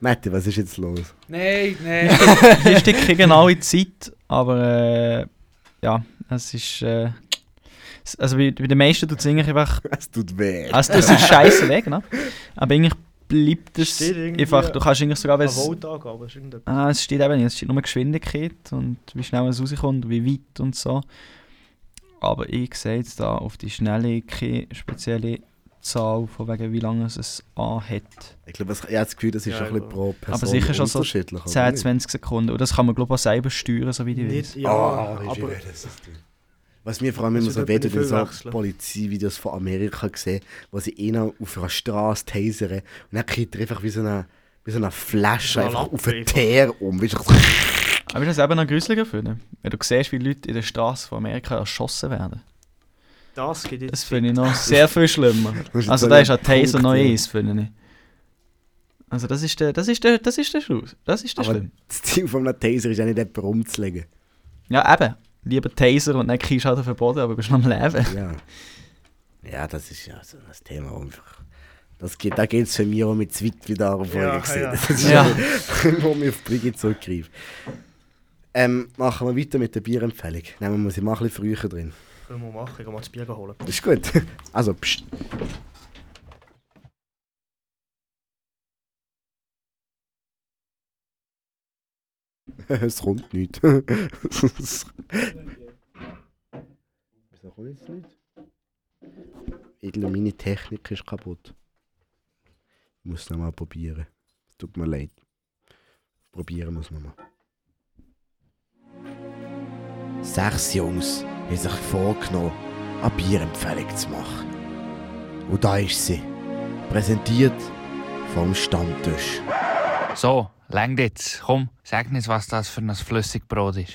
[SPEAKER 6] Matti, was ist jetzt los?
[SPEAKER 4] Nein, nein.
[SPEAKER 7] Hier steht keine genaue Zeit, aber äh, ja, es ist. Äh, s- also bei, bei den meisten tut es eigentlich einfach.
[SPEAKER 6] Es tut weh.
[SPEAKER 7] Also, das ist scheiße weg, ne? Aber eigentlich bleibt es
[SPEAKER 5] Steht irgendwie
[SPEAKER 7] einfach. Du kannst eigentlich sogar, wenn
[SPEAKER 5] Eine
[SPEAKER 7] es.
[SPEAKER 5] Voltangabe ist irgendetwas.
[SPEAKER 7] Ah, es steht eben nicht. Es steht nur Geschwindigkeit und wie schnell es rauskommt, wie weit und so. Aber ich sehe jetzt da auf die Schnelle keine spezielle Zahl, von wegen wie lange es es anhat.
[SPEAKER 6] Ich glaube, es- ich habe das Gefühl, das ist
[SPEAKER 5] Ja,
[SPEAKER 6] schon ein bisschen
[SPEAKER 5] aber-
[SPEAKER 6] pro Person
[SPEAKER 7] Aber sicher schon so
[SPEAKER 6] unterschiedlich. oder
[SPEAKER 7] 10,
[SPEAKER 6] nicht?
[SPEAKER 7] 20 Sekunden. Und das kann man, glaube ich, auch selber steuern, so wie ich weiß.
[SPEAKER 5] Nicht, ja,
[SPEAKER 6] Ah, weisst du,
[SPEAKER 5] aber
[SPEAKER 6] wie das ist. Was mir vor allem
[SPEAKER 5] Das
[SPEAKER 6] immer so
[SPEAKER 5] wird
[SPEAKER 6] weh
[SPEAKER 5] etwa nicht
[SPEAKER 6] tut, wenn
[SPEAKER 5] viel
[SPEAKER 6] ich so
[SPEAKER 5] wechseln.
[SPEAKER 6] Polizeivideos von Amerika sehe, wo sie einen auf einer Straße tasern und dann kriegt er einfach wie so eine, wie so eine Flasche
[SPEAKER 5] Wie so ein
[SPEAKER 6] einfach
[SPEAKER 5] Lappen
[SPEAKER 6] auf den
[SPEAKER 5] einfach.
[SPEAKER 6] Teer um. Weißt du,
[SPEAKER 7] Aber ich das eben noch gruseliger finde. Wenn du siehst, wie Leute in der Straße von Amerika erschossen werden.
[SPEAKER 5] das geht jetzt.
[SPEAKER 7] Das finde ich noch sehr viel schlimmer.
[SPEAKER 6] Das ist
[SPEAKER 7] Also
[SPEAKER 6] so
[SPEAKER 7] da
[SPEAKER 6] ein
[SPEAKER 7] ist ein Taser
[SPEAKER 6] Punkt,
[SPEAKER 7] noch
[SPEAKER 6] ja.
[SPEAKER 7] eins, finde ich. Also das ist der, das ist der, das ist der Schluss. Das ist der
[SPEAKER 6] Aber-
[SPEAKER 7] Schlimm.
[SPEAKER 6] das Ziel von einem Taser ist ja nicht, jemanden rumzulegen.
[SPEAKER 7] Ja, eben. Lieber Taser und dann kriegst du halt auf den Boden, aber bist noch am Leben.
[SPEAKER 6] Ja. ja, das ist ja so ein Thema. wo einfach- Das geht, da geht es für mich auch mit zu weit wieder auf
[SPEAKER 5] Ja,
[SPEAKER 6] ja, gesehen.
[SPEAKER 5] ja.
[SPEAKER 6] Das ist
[SPEAKER 7] Ja.
[SPEAKER 6] ja. wo mir auf Brigitte zurückgreift. Ähm, machen wir weiter mit der Bierempfehlung. Nehmen wir sie mal ein bisschen früher drin.
[SPEAKER 5] Können wir machen, ich kann mal das Bier holen.
[SPEAKER 6] Das ist gut. Also, pst. Es kommt nicht. Wieso kommt jetzt nicht? Irgendeine meine Technik ist kaputt. Ich muss es nochmal probieren. Tut mir leid. Probieren muss man mal. Sechs Jungs haben sich vorgenommen, eine Bierempfehlung zu machen. Und da ist sie. Präsentiert vom Stammtisch.
[SPEAKER 4] So, lang jetzt. Komm, sag uns, was das für ein Flüssigbrot ist.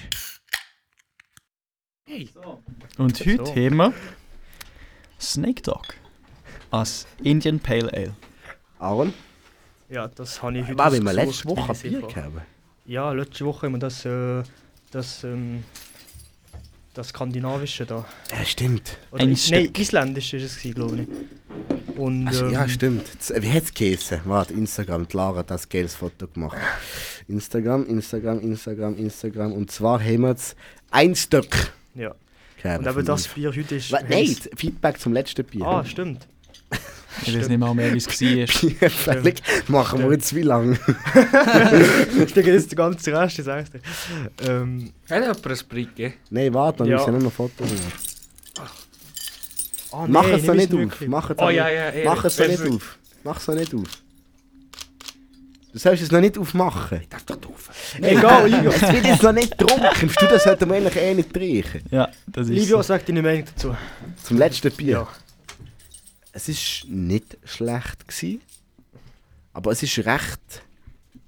[SPEAKER 7] Und heute haben wir Snake Dog als Indian Pale Ale.
[SPEAKER 6] Aaron,
[SPEAKER 5] Ja, das habe ich heute.
[SPEAKER 6] war Äh, wir
[SPEAKER 5] ausgesucht,
[SPEAKER 6] haben letzte Woche
[SPEAKER 5] weil ich
[SPEAKER 6] Bier
[SPEAKER 5] einfach-
[SPEAKER 6] gegeben?
[SPEAKER 5] Ja, letzte Woche haben wir das. Äh, das. Ähm, das Skandinavische da.
[SPEAKER 6] Ja, stimmt.
[SPEAKER 5] Oder,
[SPEAKER 7] Ein
[SPEAKER 5] nein,
[SPEAKER 7] Stück.
[SPEAKER 5] Isländisch ist es, glaube ich. Und.
[SPEAKER 6] Also,
[SPEAKER 5] ähm,
[SPEAKER 6] ja, stimmt. Z- Wie hat es geheißen? Warte, Instagram. die Lara hat das geiles Foto gemacht. Instagram, Instagram, Instagram, Instagram. Und zwar haben wir jetzt ein Stück
[SPEAKER 5] Ja.
[SPEAKER 6] gegeben.
[SPEAKER 5] Und eben das Bier heute ist.
[SPEAKER 6] Wa- Nein, das Feedback zum letzten Bier.
[SPEAKER 5] Ah, stimmt.
[SPEAKER 7] Ich weiß nicht mal mehr, wie es war.
[SPEAKER 6] Bierempfehlung machen wir jetzt wie lange?
[SPEAKER 5] Ich denke, das ist der ganze Rest, ich sag's dir. Ähm,
[SPEAKER 4] Hat jemand ein Brick?
[SPEAKER 6] Nein, warte, wir
[SPEAKER 5] Ja.
[SPEAKER 6] müssen ja nur noch Fotos machen.
[SPEAKER 5] Ah,
[SPEAKER 6] Mach
[SPEAKER 5] nein,
[SPEAKER 6] es doch
[SPEAKER 5] nimm
[SPEAKER 6] nicht
[SPEAKER 5] mein
[SPEAKER 6] auf.
[SPEAKER 5] Mütli.
[SPEAKER 6] Mach es
[SPEAKER 4] Oh
[SPEAKER 6] doch
[SPEAKER 4] ja,
[SPEAKER 6] nicht
[SPEAKER 4] ja, Erik.
[SPEAKER 6] Mach es doch nicht
[SPEAKER 4] Wenn-
[SPEAKER 6] auf. Mach es doch nicht auf. Du sollst es noch nicht aufmachen.
[SPEAKER 4] Darf doch drauf.
[SPEAKER 5] Egal, Livio.
[SPEAKER 6] Es wird jetzt noch nicht getrunken. Im Studio sollte man eigentlich eh nicht trinken.
[SPEAKER 7] Ja, das ist
[SPEAKER 5] Livio,
[SPEAKER 7] so.
[SPEAKER 5] sag deine Meinung dazu.
[SPEAKER 6] Zum letzten Bier.
[SPEAKER 5] Ja.
[SPEAKER 6] Es war nicht schlecht. Gewesen, aber es war recht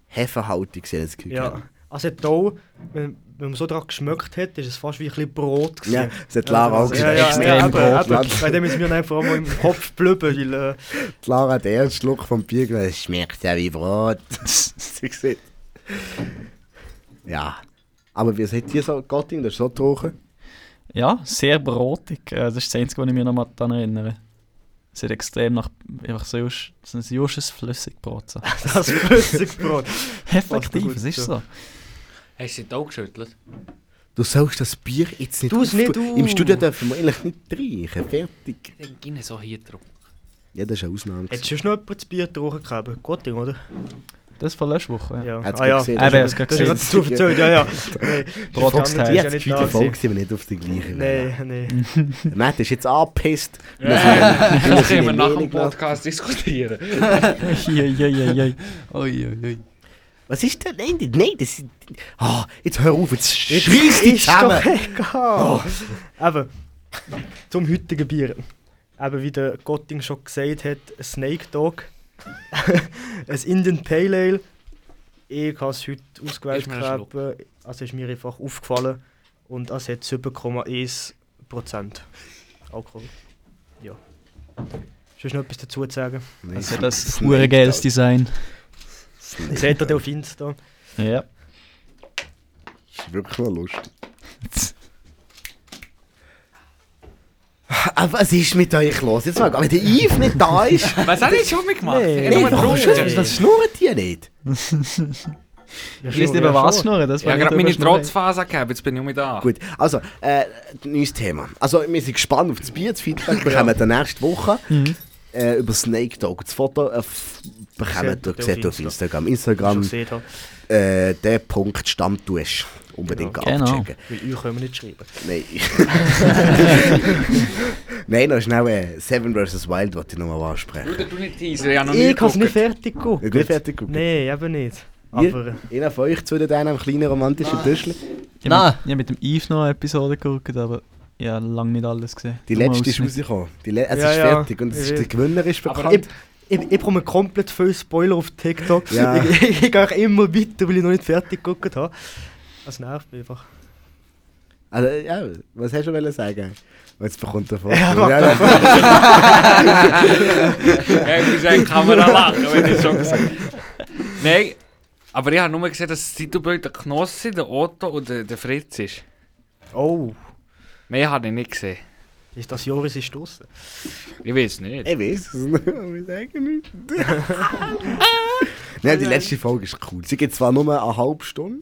[SPEAKER 6] hefehaltig. gewesen, das Gefühl.
[SPEAKER 5] Ja. nou, Also hat auch, wenn, wenn man so dran geschmeckt hat, ist es fast wie ein bisschen Brot gewesen.
[SPEAKER 6] Ja, das hat Lara auch
[SPEAKER 5] Also, ja,
[SPEAKER 6] gesagt.
[SPEAKER 5] ja,
[SPEAKER 7] extrem
[SPEAKER 5] ja, eben,
[SPEAKER 6] Brot,
[SPEAKER 5] eben.
[SPEAKER 6] Mann.
[SPEAKER 5] Bei dem ist mir dann einfach mal im Kopf geblieben, weil äh,
[SPEAKER 6] Lara hat den ersten Schluck vom Bier genommen. Es schmeckt ja wie Brot. Sie sieht. ja. Aber wie seid ihr so, Gotting, das ist so trocken?
[SPEAKER 7] Ja, sehr brotig. Äh, Das ist das Einzige, was ich mich noch mal daran erinnere. Es hat extrem nach einfach so just, so ein justes Flüssigbrot. So.
[SPEAKER 5] das Flüssigbrot.
[SPEAKER 7] Effektiv,
[SPEAKER 5] gut
[SPEAKER 7] es ist
[SPEAKER 5] zu.
[SPEAKER 7] so.
[SPEAKER 4] Hast du den auch geschüttelt?
[SPEAKER 6] Du sollst das Bier jetzt nicht
[SPEAKER 5] Tu es nicht
[SPEAKER 6] aufgeben.
[SPEAKER 5] auf.
[SPEAKER 6] Im Studio dürfen wir eigentlich nicht trinken. Fertig.
[SPEAKER 4] Ich denke, innen so hier drauf.
[SPEAKER 6] Ja, das ist eine Ausnahme.
[SPEAKER 5] Hättest du sonst noch jemand das Bier getrunken gehabt? Gott, Ding, oder?
[SPEAKER 7] Das von letzter Woche. Ja.
[SPEAKER 6] Hat's
[SPEAKER 5] Ah,
[SPEAKER 6] gut
[SPEAKER 5] ja.
[SPEAKER 6] gesehen,
[SPEAKER 7] Eben,
[SPEAKER 6] das ist-
[SPEAKER 7] ich hab's gerade
[SPEAKER 5] Das ist gerade
[SPEAKER 7] gesehen.
[SPEAKER 5] zu erzählt, ja, ja. Nee,
[SPEAKER 7] Brotsteil.
[SPEAKER 5] Ja,
[SPEAKER 6] Jetzt
[SPEAKER 5] nicht
[SPEAKER 6] ist
[SPEAKER 5] da
[SPEAKER 6] heute voll,
[SPEAKER 5] gewesen.
[SPEAKER 6] gewesen, wir nicht auf den gleichen.
[SPEAKER 5] Nee, nee.
[SPEAKER 6] Matt ist jetzt angepisst.
[SPEAKER 4] Dann können wir
[SPEAKER 6] sind
[SPEAKER 4] nach
[SPEAKER 6] eh
[SPEAKER 4] dem
[SPEAKER 6] nicht glatt.
[SPEAKER 4] Podcast diskutieren.
[SPEAKER 7] Uiuiuiui.
[SPEAKER 9] Oi, oi, oi.
[SPEAKER 6] Was ist denn? Nein, nein, das ist. Ah, jetzt hör auf, jetzt
[SPEAKER 5] Jetzt
[SPEAKER 6] schreist dich
[SPEAKER 5] ist doch
[SPEAKER 6] zusammen!
[SPEAKER 4] Oh.
[SPEAKER 5] egal. Eben, zum heutigen Bier. Eben, wie der Gotting schon gesagt hat, ein Snake Dog. ein Indian Pale Ale. Ich habe es heute ausgewählt
[SPEAKER 4] Ist mir ein
[SPEAKER 5] gehabt, also ist mir einfach aufgefallen. Und es hat 7,1% Alkohol. Ja. Sollst du noch etwas dazu zu sagen?
[SPEAKER 7] Das hat das pure geiles Design.
[SPEAKER 5] Seht ihr den auf Insta?
[SPEAKER 7] Ja.
[SPEAKER 6] ist wirklich noch lustig. Ah, was ist mit euch los? Jetzt mal, aber der Yves nicht da ist,
[SPEAKER 4] Was hat er jetzt schon mitgemacht?
[SPEAKER 5] Nee.
[SPEAKER 4] Nee,
[SPEAKER 6] nee,
[SPEAKER 4] nur
[SPEAKER 6] warum
[SPEAKER 4] getrunken.
[SPEAKER 6] schon? Was schnurrt ihr nicht?
[SPEAKER 5] Ja,
[SPEAKER 7] Ich weiß nicht,
[SPEAKER 5] ja,
[SPEAKER 7] über was
[SPEAKER 5] schon.
[SPEAKER 7] schnurren. Das
[SPEAKER 4] Ich habe
[SPEAKER 7] nicht
[SPEAKER 4] gerade meine
[SPEAKER 7] über Schnurren.
[SPEAKER 4] Trotzphase gehabt, jetzt bin ich auch mit da.
[SPEAKER 6] Gut, also, äh, neues Thema. Also, wir sind gespannt auf das Bier, das Feedback bekommen wir nächste Woche. Äh, über Snake Dog. Das Foto äh, f- bekommen
[SPEAKER 5] Seht
[SPEAKER 6] wir
[SPEAKER 5] ihr
[SPEAKER 6] seht ihr auf
[SPEAKER 5] auf
[SPEAKER 6] Instagram.
[SPEAKER 5] Schon
[SPEAKER 6] Instagram,
[SPEAKER 5] gesehen habe.
[SPEAKER 6] äh, der Punkt Stammtisch. Unbedingt
[SPEAKER 7] Genau.
[SPEAKER 6] abchecken.
[SPEAKER 5] Weil euch können wir nicht schreiben.
[SPEAKER 6] Nein. Nein, noch schnell äh, Seven vs. Wild, was ich nochmal ansprechen.
[SPEAKER 4] Bruder, du nicht teaser, ich habe noch nie
[SPEAKER 5] Ich habe es nicht
[SPEAKER 4] geguckt.
[SPEAKER 5] fertig geguckt.
[SPEAKER 6] Nicht fertig geguckt.
[SPEAKER 5] Nein, eben nicht.
[SPEAKER 6] Ihr?
[SPEAKER 5] Aber Ah.
[SPEAKER 6] Einer von euch zu den einem kleinen romantischen Tischchen.
[SPEAKER 7] Ich
[SPEAKER 9] Nein.
[SPEAKER 7] habe mit dem Yves noch eine Episode geguckt, aber ich habe lange nicht alles gesehen.
[SPEAKER 6] Die
[SPEAKER 7] Du
[SPEAKER 6] letzte ist
[SPEAKER 7] musst nicht.
[SPEAKER 6] rausgekommen. Die le- es
[SPEAKER 5] Ja,
[SPEAKER 6] ist
[SPEAKER 5] ja.
[SPEAKER 6] fertig und es ist,
[SPEAKER 5] Ich
[SPEAKER 6] der Gewinner ist
[SPEAKER 4] Aber
[SPEAKER 6] bekannt.
[SPEAKER 5] ich, ich, ich bekomme komplett viele Spoiler auf TikTok.
[SPEAKER 6] Ja.
[SPEAKER 5] Ich, ich, ich gehe auch immer weiter, weil ich noch nicht fertig geguckt habe. Das nervt mich einfach.
[SPEAKER 6] Also, ja, was hast du wollen sagen? Und Jetzt bekommt er vor.
[SPEAKER 5] Ja, mach
[SPEAKER 4] Ja, ich muss sagen, kann man auch lachen, wenn ich schon gesagt habe. Nein, aber ich habe nur gesehen, dass das Titelbild der Knossi, der Otto und der, der Fritz ist.
[SPEAKER 5] Oh,
[SPEAKER 4] Mehr habe ich nicht gesehen.
[SPEAKER 5] ist das Joris ist draussen?
[SPEAKER 4] Ich weiß nicht.
[SPEAKER 6] Ich weiß es nicht, aber ich sage nichts. Nein, die letzte Folge ist cool. Sie geht zwar nur eine halbe Stunde,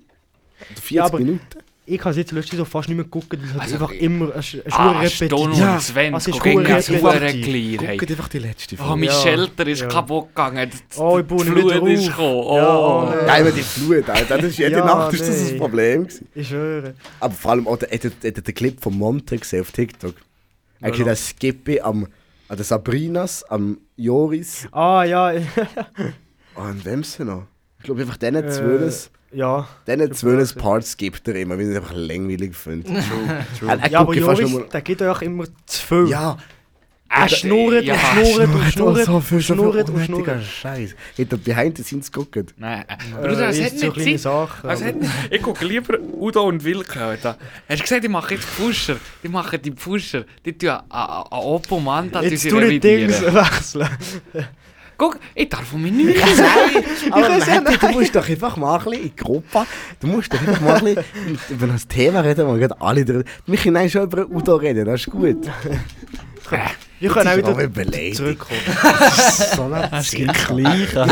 [SPEAKER 6] 40
[SPEAKER 5] Ja, aber-
[SPEAKER 6] Minuten.
[SPEAKER 5] Ich habe es jetzt letztens so fast nicht mehr geguckt, weil es hat
[SPEAKER 4] Also,
[SPEAKER 5] einfach
[SPEAKER 4] ich-
[SPEAKER 5] immer eine Stunde
[SPEAKER 4] Ah, Stunde
[SPEAKER 5] repetiert.
[SPEAKER 4] und
[SPEAKER 5] also
[SPEAKER 4] 20.
[SPEAKER 5] ist
[SPEAKER 4] Ging
[SPEAKER 5] cool
[SPEAKER 4] jetzt
[SPEAKER 5] repetitiv.
[SPEAKER 4] super clear. hey.
[SPEAKER 6] Guckt einfach die letzte
[SPEAKER 4] Oh,
[SPEAKER 6] Folge.
[SPEAKER 4] mein
[SPEAKER 5] Ja,
[SPEAKER 4] Shelter ist
[SPEAKER 5] ja.
[SPEAKER 4] kaputt gegangen. Die- die-
[SPEAKER 5] Oh, ich baue
[SPEAKER 4] die
[SPEAKER 5] ihn wieder
[SPEAKER 4] Flut ist
[SPEAKER 5] auf.
[SPEAKER 4] gekommen.
[SPEAKER 5] Ja,
[SPEAKER 4] Oh.
[SPEAKER 5] oh
[SPEAKER 6] Nein,
[SPEAKER 5] nein.
[SPEAKER 6] aber die Flut, Alter. Das ist jede
[SPEAKER 5] Ja,
[SPEAKER 6] Nacht ist das
[SPEAKER 5] nee.
[SPEAKER 6] ein Problem. Gewesen.
[SPEAKER 5] Ich schwöre.
[SPEAKER 6] Aber vor allem, auch der, hat, hat den Clip von Monte gesehen auf TikTok. Er sieht
[SPEAKER 5] Genau.
[SPEAKER 6] den Skippy am, an der Sabrinas, am Joris
[SPEAKER 5] Ah, ja. ich-
[SPEAKER 6] oh, und wem sie noch? Ich glaube, einfach denen
[SPEAKER 5] Äh,
[SPEAKER 6] zwölf
[SPEAKER 5] Ja,
[SPEAKER 6] denen
[SPEAKER 5] ich
[SPEAKER 6] zwölf
[SPEAKER 5] weiß.
[SPEAKER 6] Parts gibt er immer, weil sie es einfach langweilig finden. Er, er
[SPEAKER 5] ja aber
[SPEAKER 6] guckt fast nur
[SPEAKER 5] Joris,
[SPEAKER 6] mal-
[SPEAKER 5] der geht euch immer zu viel.
[SPEAKER 6] Ja,
[SPEAKER 4] Er
[SPEAKER 5] schnurrt und schnurrt und schnurrt und schnurrt und schnurrt.
[SPEAKER 6] Scheiße. Hätte er behind the scenes geguckt.
[SPEAKER 4] Nein, äh,
[SPEAKER 5] Äh,
[SPEAKER 4] Bruder, es
[SPEAKER 5] ist
[SPEAKER 4] hat
[SPEAKER 5] so kleine
[SPEAKER 4] nicht Zeit.
[SPEAKER 5] Sachen.
[SPEAKER 4] Es
[SPEAKER 5] aber-
[SPEAKER 4] hat, ich gucke lieber Udo und Wilke heute. Hast du gesagt, ich mache jetzt Pfuscher? Die machen die Pfuscher. Die tun an- an an Oppo Manta die
[SPEAKER 5] Jetzt
[SPEAKER 4] sie
[SPEAKER 5] tu nicht Dings
[SPEAKER 4] revidieren.
[SPEAKER 5] wechseln.
[SPEAKER 4] Guck, ich darf von mir nichts
[SPEAKER 6] Aber
[SPEAKER 5] weiß ja
[SPEAKER 6] Matti, du musst doch einfach mal ein bisschen in die Gruppe, du musst doch einfach mal ein bisschen mit- über das Thema reden, wo gerade alle drüber... Wir können eigentlich schon über Udo reden, das ist gut.
[SPEAKER 5] Wir können auch
[SPEAKER 6] ist aber
[SPEAKER 5] wieder
[SPEAKER 6] beleidigt.
[SPEAKER 5] zurückkommen.
[SPEAKER 6] so
[SPEAKER 7] Das ist das Gleiche.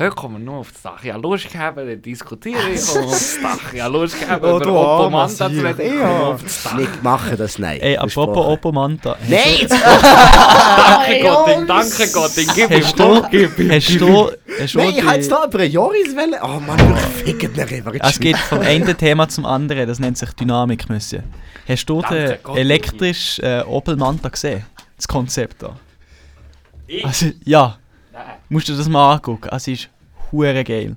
[SPEAKER 4] Heute kommen wir nur auf das Dach. Ja, Lust gehabt, dann diskutieren ich komme auf das Dach. Ja, Lust gehabt,
[SPEAKER 5] Oh,
[SPEAKER 4] über
[SPEAKER 5] du
[SPEAKER 4] Oppo
[SPEAKER 5] armer
[SPEAKER 4] Manta zu
[SPEAKER 5] Sieg.
[SPEAKER 4] reden, ich komme
[SPEAKER 5] Ja.
[SPEAKER 4] auf das Dach.
[SPEAKER 6] Nicht machen das, nein.
[SPEAKER 7] Ey, apropos
[SPEAKER 6] Versprochen.
[SPEAKER 7] Oppo Manta.
[SPEAKER 6] Nein, jetzt-
[SPEAKER 4] Danke Gott, danke Gott, gib ihm
[SPEAKER 7] Hast du, hast du, hast du
[SPEAKER 6] Nein, ich
[SPEAKER 7] die-
[SPEAKER 6] hätte jetzt da über eine Joriswelle. Oh Mann, du fickt den River.
[SPEAKER 7] Ja, Es geht vom einen Thema zum anderen, das nennt sich Dynamik müssen. Hast du
[SPEAKER 4] Danke
[SPEAKER 7] den
[SPEAKER 4] Gott.
[SPEAKER 7] elektrisch äh, Opel Manta gesehen? Das Konzept da. Also, ja. Musst du das mal angucken. Es ist hure geil.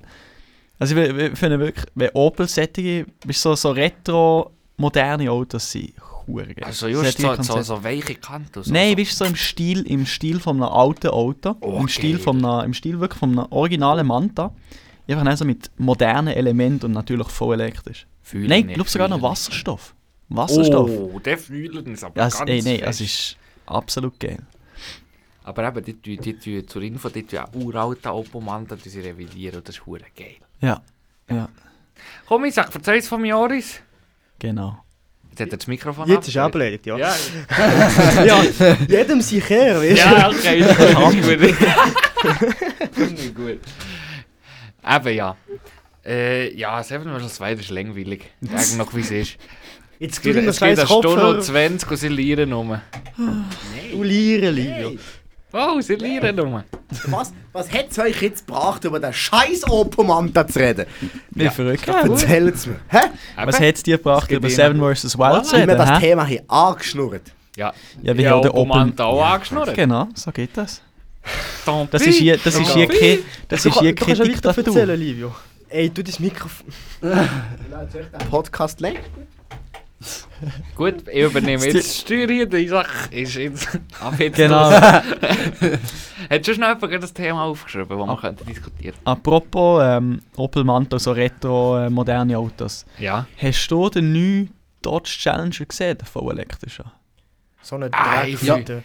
[SPEAKER 7] Also ich wi- wi- finde wirklich, wenn Opel sättige, bist so, so retro moderne Autos sind hure geil.
[SPEAKER 4] Also just
[SPEAKER 7] Solche
[SPEAKER 4] so, so,
[SPEAKER 7] Konzepte.
[SPEAKER 4] so weiche
[SPEAKER 5] dus
[SPEAKER 4] Kante. So,
[SPEAKER 7] Nein,
[SPEAKER 4] so.
[SPEAKER 7] bist so im Stil, im Stil von einem alten Auto,
[SPEAKER 4] Oh,
[SPEAKER 7] im Stil
[SPEAKER 4] geil.
[SPEAKER 7] von einem, im Stil wirklich von einem originalen Manta. Einfach also mit modernen Elementen und natürlich voll elektrisch.
[SPEAKER 4] Fühle
[SPEAKER 7] nein,
[SPEAKER 4] nicht,
[SPEAKER 7] ich glaube sogar noch
[SPEAKER 4] fühle
[SPEAKER 7] Wasserstoff.
[SPEAKER 4] nicht.
[SPEAKER 7] Wasserstoff.
[SPEAKER 4] Oh, der fühlt uns aber
[SPEAKER 7] ja, es,
[SPEAKER 4] ganz
[SPEAKER 7] ey, nein,
[SPEAKER 4] fest.
[SPEAKER 7] es ist absolut geil.
[SPEAKER 4] Aber eben, die, die, die, die, zur Info, die tun auch uralten Opel-Mantel die sie revidieren. und Das ist hure geil.
[SPEAKER 7] Ja, ja,
[SPEAKER 4] Komm, ich sag, erzähl's vom Joris.
[SPEAKER 7] genau.
[SPEAKER 4] Jetzt hat er das Mikrofon
[SPEAKER 5] Jetzt ist er
[SPEAKER 4] abgedreht.
[SPEAKER 5] beleidigt, ja.
[SPEAKER 4] Ja,
[SPEAKER 5] ja. Jedem sich her, weißt du?
[SPEAKER 4] ja, okay, das ist gut. Finde ich gut. Eben, ja. Äh, ja, Seven vs. 2 ist langweilig. Sag noch, wie es ist.
[SPEAKER 5] Jetzt
[SPEAKER 4] Es
[SPEAKER 5] tue
[SPEAKER 4] gibt
[SPEAKER 5] ich mir
[SPEAKER 4] es gibt
[SPEAKER 5] scheiß
[SPEAKER 4] eine Stunde und
[SPEAKER 5] Kopfhörer.
[SPEAKER 4] 20 und sie lieren rum.
[SPEAKER 5] Du Lire, Livio.
[SPEAKER 4] Oh, sie lieren rum.
[SPEAKER 6] Was, was hat es euch jetzt gebracht, über den scheiß Opomanta zu reden?
[SPEAKER 7] Wie verrückt.
[SPEAKER 6] Erzählt es mir. Hä?
[SPEAKER 7] Was hätte es dir gebracht,
[SPEAKER 4] gibt
[SPEAKER 7] über
[SPEAKER 4] ihn.
[SPEAKER 7] Seven vs.
[SPEAKER 4] Ah,
[SPEAKER 7] Wild zu
[SPEAKER 6] Wie wir
[SPEAKER 7] reden?
[SPEAKER 6] das
[SPEAKER 7] hä?
[SPEAKER 6] Thema hier angeschnurrt.
[SPEAKER 4] Ja,
[SPEAKER 7] Ja, wie
[SPEAKER 4] ja
[SPEAKER 7] ja, der
[SPEAKER 4] Opel
[SPEAKER 7] Opel...
[SPEAKER 4] Mantel auch angeschnurrt.
[SPEAKER 7] Genau, so geht das.
[SPEAKER 4] Tant
[SPEAKER 7] Das
[SPEAKER 4] pis.
[SPEAKER 7] ist hier, das ist hier,
[SPEAKER 4] Tant
[SPEAKER 7] kein,
[SPEAKER 4] pis.
[SPEAKER 7] das
[SPEAKER 5] Du
[SPEAKER 7] ist
[SPEAKER 5] kann- du
[SPEAKER 7] hier
[SPEAKER 5] kannst
[SPEAKER 7] keine
[SPEAKER 5] ja weiter
[SPEAKER 7] Diktatur.
[SPEAKER 5] erzählen, Livio. Ey, du das Mikrofon.
[SPEAKER 6] Podcast leer.
[SPEAKER 4] Gut, ich übernehme jetzt die Steuer hier. Die Sache ist jetzt... Ab jetzt
[SPEAKER 7] Genau.
[SPEAKER 4] los. Hättest du schon jemand gerade das Thema aufgeschrieben, das wir könnten diskutieren
[SPEAKER 7] Apropos ähm, Opel Manta, so retro äh, moderne Autos.
[SPEAKER 4] Ja.
[SPEAKER 7] Hast du den neuen Dodge Challenger gesehen, den vollelektrischen?
[SPEAKER 5] So eine
[SPEAKER 4] Ah,
[SPEAKER 5] Dreck,
[SPEAKER 4] ich- ja.
[SPEAKER 5] Alter.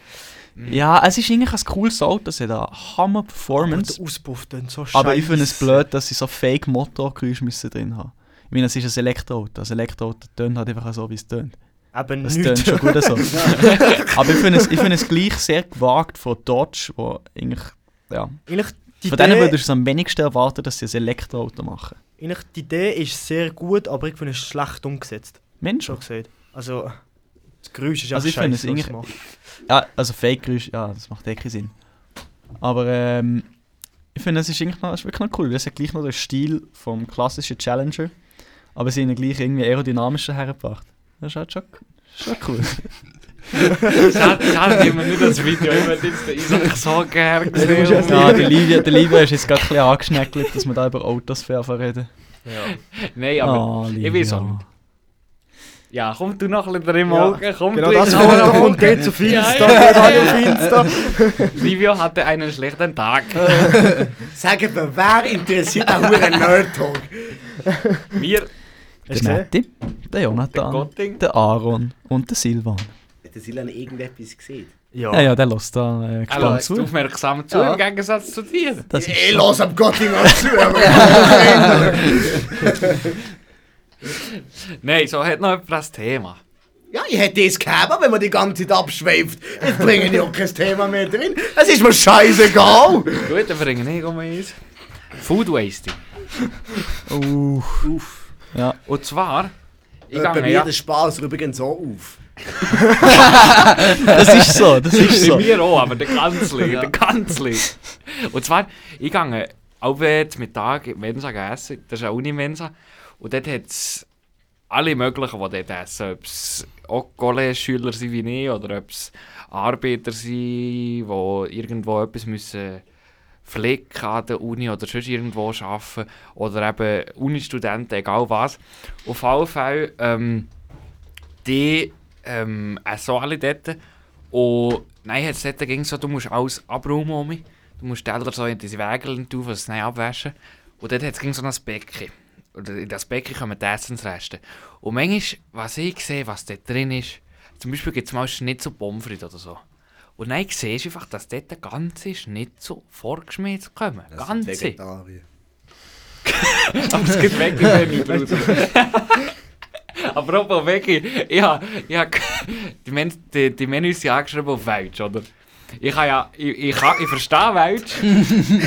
[SPEAKER 5] Mhm.
[SPEAKER 7] Ja, es ist eigentlich ein cooles Auto, es hat eine Hammer
[SPEAKER 5] Und
[SPEAKER 7] Performance,
[SPEAKER 5] der Auspuff dann so scheiße.
[SPEAKER 7] aber ich finde es blöd, dass sie so fake Motorgeräusche müssen drin haben. Ich meine, es ist ein Elektroauto, ein Elektroauto tönt halt einfach auch so, wie es tönt.
[SPEAKER 5] Eben
[SPEAKER 7] Das tönt
[SPEAKER 5] nicht.
[SPEAKER 7] schon gut so. aber ich finde es, ich finde es gleich sehr gewagt von Dodge, wo eigentlich, ja.
[SPEAKER 5] Eigentlich die,
[SPEAKER 7] von denen
[SPEAKER 5] Idee,
[SPEAKER 7] würdest du es am wenigsten erwarten, dass sie ein Elektroauto machen.
[SPEAKER 5] eigentlich die Idee ist sehr gut, aber ich finde es schlecht umgesetzt.
[SPEAKER 7] Mensch,
[SPEAKER 5] Schon gesagt. Also, das Geräusch ist
[SPEAKER 7] Also ich
[SPEAKER 5] einfach
[SPEAKER 7] finde es
[SPEAKER 5] scheiße, was es
[SPEAKER 7] eigentlich-
[SPEAKER 5] macht.
[SPEAKER 7] Ja, also Fake-Geräusche, ja, das macht eh keinen Sinn. Aber ähm, ich finde, es ist, eigentlich noch, es ist wirklich noch cool. weil Es hat gleich noch den Stil vom klassischen Challenger, aber sie haben ihn gleich irgendwie aerodynamischer hergebracht. Das ist halt schon, schon cool.
[SPEAKER 4] Schade, schade, wie wir nicht das Video immer jetzt den Isaac so gern gesehen
[SPEAKER 7] ja,
[SPEAKER 4] haben.
[SPEAKER 7] der Livia, der Livia ist jetzt gerade ein bisschen angeschneckelt, dass wir da über Autos viel anfangen reden.
[SPEAKER 4] Nein, aber...
[SPEAKER 7] oh,
[SPEAKER 4] ich weiß auch nicht. Ja, komm du noch ein bisschen drin
[SPEAKER 5] Ja,
[SPEAKER 4] morgen. Komm,
[SPEAKER 5] Genau
[SPEAKER 4] du
[SPEAKER 5] das
[SPEAKER 4] jetzt
[SPEAKER 5] kommt
[SPEAKER 4] noch
[SPEAKER 5] da
[SPEAKER 4] mal
[SPEAKER 5] und geht auf
[SPEAKER 4] Ja,
[SPEAKER 5] Insta,
[SPEAKER 4] ja,
[SPEAKER 5] geht halt
[SPEAKER 4] ja.
[SPEAKER 5] auf Insta.
[SPEAKER 4] Livio hatte einen schlechten Tag.
[SPEAKER 6] Sagen wir, wer interessiert den Huren Nerd-Talk?
[SPEAKER 4] Wir,
[SPEAKER 5] Hast
[SPEAKER 7] Der
[SPEAKER 5] du gesehen?
[SPEAKER 7] Matti, der
[SPEAKER 4] Der
[SPEAKER 7] Jonathan,
[SPEAKER 4] Gotting.
[SPEAKER 7] der Aaron und der Silvan.
[SPEAKER 6] Hat der Silan irgendetwas gesehen?
[SPEAKER 7] Ja,
[SPEAKER 5] Ja.
[SPEAKER 7] ja, der lässt da äh,
[SPEAKER 4] er
[SPEAKER 7] gespannt
[SPEAKER 4] lässt
[SPEAKER 7] zu.
[SPEAKER 4] aufmerksam zu,
[SPEAKER 7] Ja.
[SPEAKER 4] im Gegensatz zu dir.
[SPEAKER 7] Das ist
[SPEAKER 6] Ich los ab Gott immer zu, aber
[SPEAKER 4] Nein, so hat noch jemand das nou Thema.
[SPEAKER 6] Ja, ich hätte es gehabt, aber wenn man die ganze Zeit abschweift. Jetzt bringe ich auch kein Thema mehr drin. Es ist mir scheißegal.
[SPEAKER 4] Gut, dann bringe ich um eins. Food Wasting.
[SPEAKER 7] Uff. Ja,
[SPEAKER 4] Und zwar... Ich
[SPEAKER 6] Bei
[SPEAKER 4] gehe
[SPEAKER 6] mir
[SPEAKER 4] ja...
[SPEAKER 6] der Spaß übrigens so auf.
[SPEAKER 7] das ist so, das ist
[SPEAKER 4] Bei
[SPEAKER 7] so.
[SPEAKER 4] mir auch, aber der Kanzli, der Kanzli. Und zwar, ich gehe auch jetzt Mittag in die Mensa essen, das ist eine Uni-Mensa, und dort hat es alle möglichen, die dort essen, ob es auch College-Schüler sind wie ich, oder ob es Arbeiter sind, die irgendwo etwas müssen flicken an der Uni oder sonst irgendwo arbeiten, oder eben Unistudenten, egal was. Auf jeden Fall, ähm, die ähm, essen auch alle dort, und nein, hat es dort ging so, du musst alles abräumen, Omi. Du musst die Teller so in diese Wägeln tun, was nicht abwaschen. Und dort hat es ging so ein Becken. Und in das Becken kommen die Essensreste. Und manchmal, was ich sehe, was dort drin ist, zum Beispiel gibt es mal Schnitt zu Pommes frites oder so. Und dann siehst du einfach, dass dort der ganze Schnitt so vorgeschmiert kommen. Ganze.
[SPEAKER 6] Vegetarier.
[SPEAKER 4] Aber es geht weg, wenn ich Bruder. Apropos Veggie, ich habe ich hab, die, Men die, die Menüs sind angeschrieben auf Welsch, oder? Ich kann ja, ich, ich, kann, ich verstehe Welsch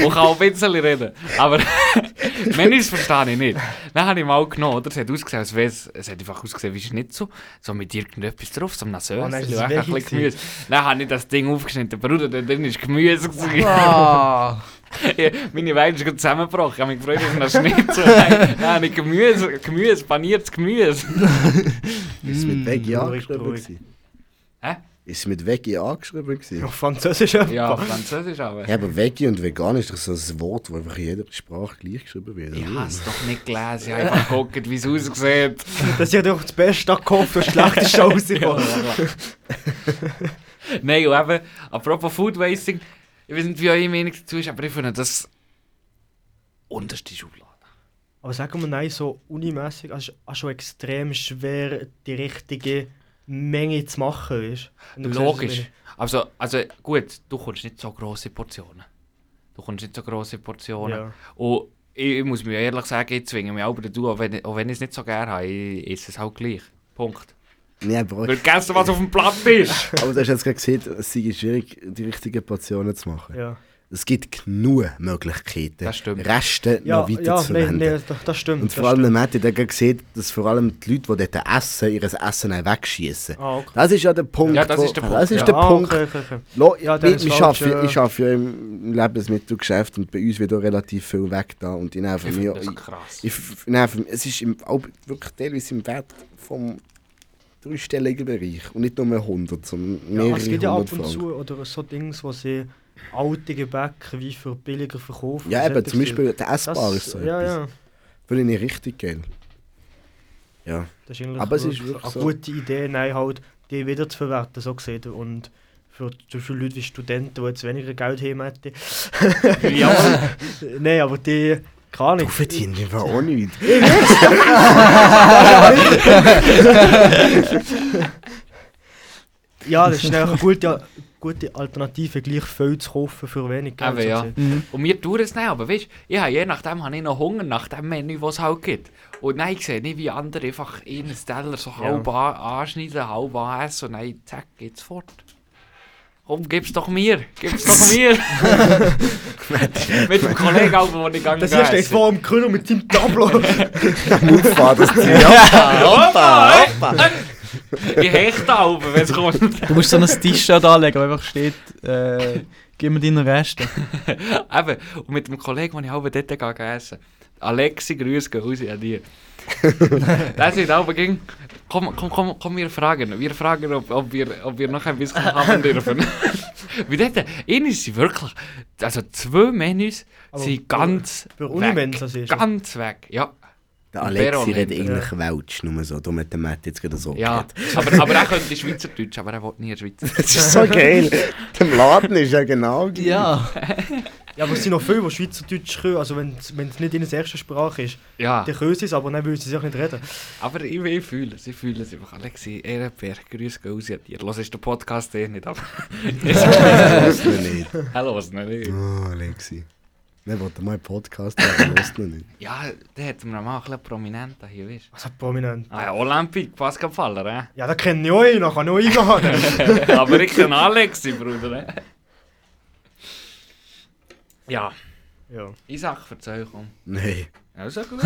[SPEAKER 4] und kann auch ein bisschen reden. Aber manches verstehe ich nicht. Dann habe ich mal genommen, oder? Es hat ausgesehen, als wäre es, es hat einfach ausgesehen wie Schnitzel. So mit irgendetwas drauf, so einem Sösel,
[SPEAKER 5] Oh nein, das ist
[SPEAKER 4] ein bisschen
[SPEAKER 5] welche
[SPEAKER 4] Gemüse. Dann habe ich das Ding aufgeschnitten. Bruder, da drin ist Gemüse. gewesen.
[SPEAKER 9] Ah,
[SPEAKER 4] Ja, Meine Weine ist gerade zusammengebrochen. Ich habe mich gefreut auf einen Schnitzel. Nein, nein, nicht Gemüse, Gemüse, paniertes Gemüse.
[SPEAKER 6] Ist es mit Veggie
[SPEAKER 5] traurig,
[SPEAKER 6] angeschrieben
[SPEAKER 5] traurig.
[SPEAKER 6] gewesen?
[SPEAKER 4] Mm. Hä?
[SPEAKER 6] Ist es mit Veggie angeschrieben gewesen?
[SPEAKER 5] Auf Französisch etwa.
[SPEAKER 4] Ja, Französisch aber.
[SPEAKER 6] Ja, aber Veggie und Vegan ist doch so ein Wort, das einfach in jeder Sprache gleich geschrieben wird.
[SPEAKER 4] Ich
[SPEAKER 6] oder?
[SPEAKER 4] habe es doch nicht gelesen. Ich habe einfach geguckt, wie es aussieht.
[SPEAKER 5] Das ist ja doch das Beste angehofft und das Schlechteste rausgekommen.
[SPEAKER 4] Nein, und eben, apropos Food Wasting, ich weiß nicht, wie eure Meinung dazu ist, aber ich finde das unterste Schublade.
[SPEAKER 5] Aber sagen wir nein, so unimässig, also es ist auch schon extrem schwer, die richtige Menge zu machen. Weißt? du? Und du siehst es
[SPEAKER 4] Logisch.
[SPEAKER 5] nicht.
[SPEAKER 4] Also, also gut, du kommst nicht so grosse Portionen. Du kommst nicht so grosse Portionen.
[SPEAKER 5] Ja.
[SPEAKER 4] Und ich, ich muss mir ehrlich sagen, ich zwinge mich aber dazu, auch wenn, auch wenn ich es nicht so gerne habe, ich esse es halt gleich. Punkt.
[SPEAKER 6] Ja, aber,
[SPEAKER 4] Weil vergessen, was auf dem Blatt ist.
[SPEAKER 6] aber du hast jetzt gerade gesehen, es sei schwierig, die richtigen Portionen zu machen.
[SPEAKER 5] Ja,
[SPEAKER 6] Es gibt genug Möglichkeiten,
[SPEAKER 4] Das stimmt.
[SPEAKER 6] Reste
[SPEAKER 5] ja,
[SPEAKER 6] noch weiter
[SPEAKER 5] ja
[SPEAKER 6] zu
[SPEAKER 5] nein,
[SPEAKER 6] verwenden.
[SPEAKER 5] nein, das, das stimmt.
[SPEAKER 6] Und vor
[SPEAKER 5] das
[SPEAKER 6] allem,
[SPEAKER 5] stimmt.
[SPEAKER 6] man hat ja dann gerade gesehen, dass vor allem die Leute, die dort essen, ihr Essen auch wegschießen.
[SPEAKER 5] Ah, okay.
[SPEAKER 6] Das ist ja der Punkt.
[SPEAKER 4] Ja, das
[SPEAKER 6] wo-
[SPEAKER 4] ist der Punkt,
[SPEAKER 6] Das ist
[SPEAKER 4] ja.
[SPEAKER 6] der
[SPEAKER 5] ah,
[SPEAKER 6] Punkt.
[SPEAKER 5] Okay, okay, okay.
[SPEAKER 6] Lo,
[SPEAKER 5] Ja,
[SPEAKER 6] ich,
[SPEAKER 5] der ist halt
[SPEAKER 6] ich,
[SPEAKER 5] falsch,
[SPEAKER 6] arbeite,
[SPEAKER 5] ja.
[SPEAKER 6] ich arbeite ja im Lebensmittelgeschäft und bei uns wird auch relativ viel weg da. Und ich nehme für
[SPEAKER 4] Ich
[SPEAKER 6] mich,
[SPEAKER 4] finde das
[SPEAKER 6] ich,
[SPEAKER 4] krass.
[SPEAKER 6] ich, f- nein, für mich, es ist im, auch wirklich teilweise im Wert vom dreistelligen Bereich und nicht nur 100, sondern
[SPEAKER 5] Ja,
[SPEAKER 6] mehrere
[SPEAKER 5] es gibt ja ab
[SPEAKER 6] hundert
[SPEAKER 5] und
[SPEAKER 6] Franken.
[SPEAKER 5] zu oder so Dings, wo sie alte Gebäck wie für billiger verkaufen.
[SPEAKER 6] Ja,
[SPEAKER 5] Das
[SPEAKER 6] eben,
[SPEAKER 5] hat
[SPEAKER 6] zum
[SPEAKER 5] ich
[SPEAKER 6] Beispiel der
[SPEAKER 5] gesehen.
[SPEAKER 6] Essbar
[SPEAKER 5] das,
[SPEAKER 6] ist so
[SPEAKER 5] Ja,
[SPEAKER 6] etwas.
[SPEAKER 5] ja.
[SPEAKER 6] Finde ich nicht richtig geil. Ja.
[SPEAKER 5] Das ist eigentlich
[SPEAKER 6] Aber es ist
[SPEAKER 5] wirklich
[SPEAKER 6] wirklich
[SPEAKER 5] eine
[SPEAKER 6] so.
[SPEAKER 5] gute Idee, nein, halt, die wieder zu verwerten, so gesehen. Und für zum Beispiel Leute wie Studenten, die jetzt weniger Geld haben hätten.
[SPEAKER 4] Ja,
[SPEAKER 5] nein, aber die kann
[SPEAKER 6] Du
[SPEAKER 5] nicht.
[SPEAKER 6] verdienst einfach auch nichts.
[SPEAKER 5] Ja, das ist eine gute, gute Alternative, gleich viel zu kaufen für wenig Geld.
[SPEAKER 4] Eben, ja.
[SPEAKER 5] gesehen.
[SPEAKER 4] und wir tun es nicht, aber weißt du, ja, je nachdem habe ich noch Hunger nach dem Menü, das es halt gibt. Und nein, ich sehe nicht, wie andere einfach einen Teller so halb an, anschneiden, halb anessen und dann zack, geht's fort. Komm, gib's doch mir! Gib's doch mir! Mit dem Kollegen, auf den ich gegangen
[SPEAKER 5] Das hier steht vor dem Gründer mit seinem Tableau.
[SPEAKER 6] Mutfahr, das Ziel. Ja,
[SPEAKER 4] Opa, opa. Ich hechte auf, wenn es kommt.
[SPEAKER 7] Du musst so ein T-Shirt anlegen, wo einfach steht, äh, gib mir deine Reste.
[SPEAKER 4] Eben, und mit dem Kollegen, den ich halb dort gegangen essen Alexi, Grüße gehen raus an dich. das ist aber ging. Komm, komm, komm, komm, wir fragen. Wir fragen, ob, ob, wir, ob wir noch ein bisschen haben dürfen. Wie dort, ihnen sind wirklich. Also zwei Menüs
[SPEAKER 5] Aber
[SPEAKER 4] sind ganz.
[SPEAKER 5] Für
[SPEAKER 4] weg.
[SPEAKER 5] Unimens, das ist.
[SPEAKER 4] Ganz weg, ja.
[SPEAKER 6] Der
[SPEAKER 4] Baron
[SPEAKER 6] Alexi redet
[SPEAKER 4] hinten.
[SPEAKER 6] eigentlich Welsch, nur so. Darum hat der Matt jetzt gerade so
[SPEAKER 4] ja.
[SPEAKER 6] geredet.
[SPEAKER 4] Aber, aber er könnte Schweizerdeutsch, aber er will nie Schweizer.
[SPEAKER 6] Das ist so geil. Dem Laden ist ja genau gleich.
[SPEAKER 7] Ja.
[SPEAKER 5] Ja, aber es sind noch viele, die Schweizerdeutsch können. Also, wenn es wenn es nicht ihre erste Sprache ist,
[SPEAKER 4] Ja.
[SPEAKER 5] dann können sie es, aber dann würden sie es auch nicht reden.
[SPEAKER 4] Aber ich, ich fühle es, ich fühle es einfach. Alexi, Ehrenberg, grüß geh raus an dir. Hörst du den Podcast eh nicht, aber...
[SPEAKER 6] Das noch nicht.
[SPEAKER 4] Hallo, was nicht?
[SPEAKER 6] Oh, Alexi. Nein, warte mal, Podcast, aber lässt noch nicht.
[SPEAKER 4] Ja, der hat mir mal ein bisschen prominenter hier, weißt du.
[SPEAKER 5] Also, prominent.
[SPEAKER 4] Ah ja, Olympic, Pascal Faller,
[SPEAKER 5] Ja, da kenne ich euch, da kann ich euch eingehen.
[SPEAKER 4] eh? aber ich kenne Alexi, Bruder, eh? Ja,
[SPEAKER 5] ja.
[SPEAKER 4] ich sag, verzeih, komm.
[SPEAKER 6] Nein.
[SPEAKER 4] Ja, ist ja gut.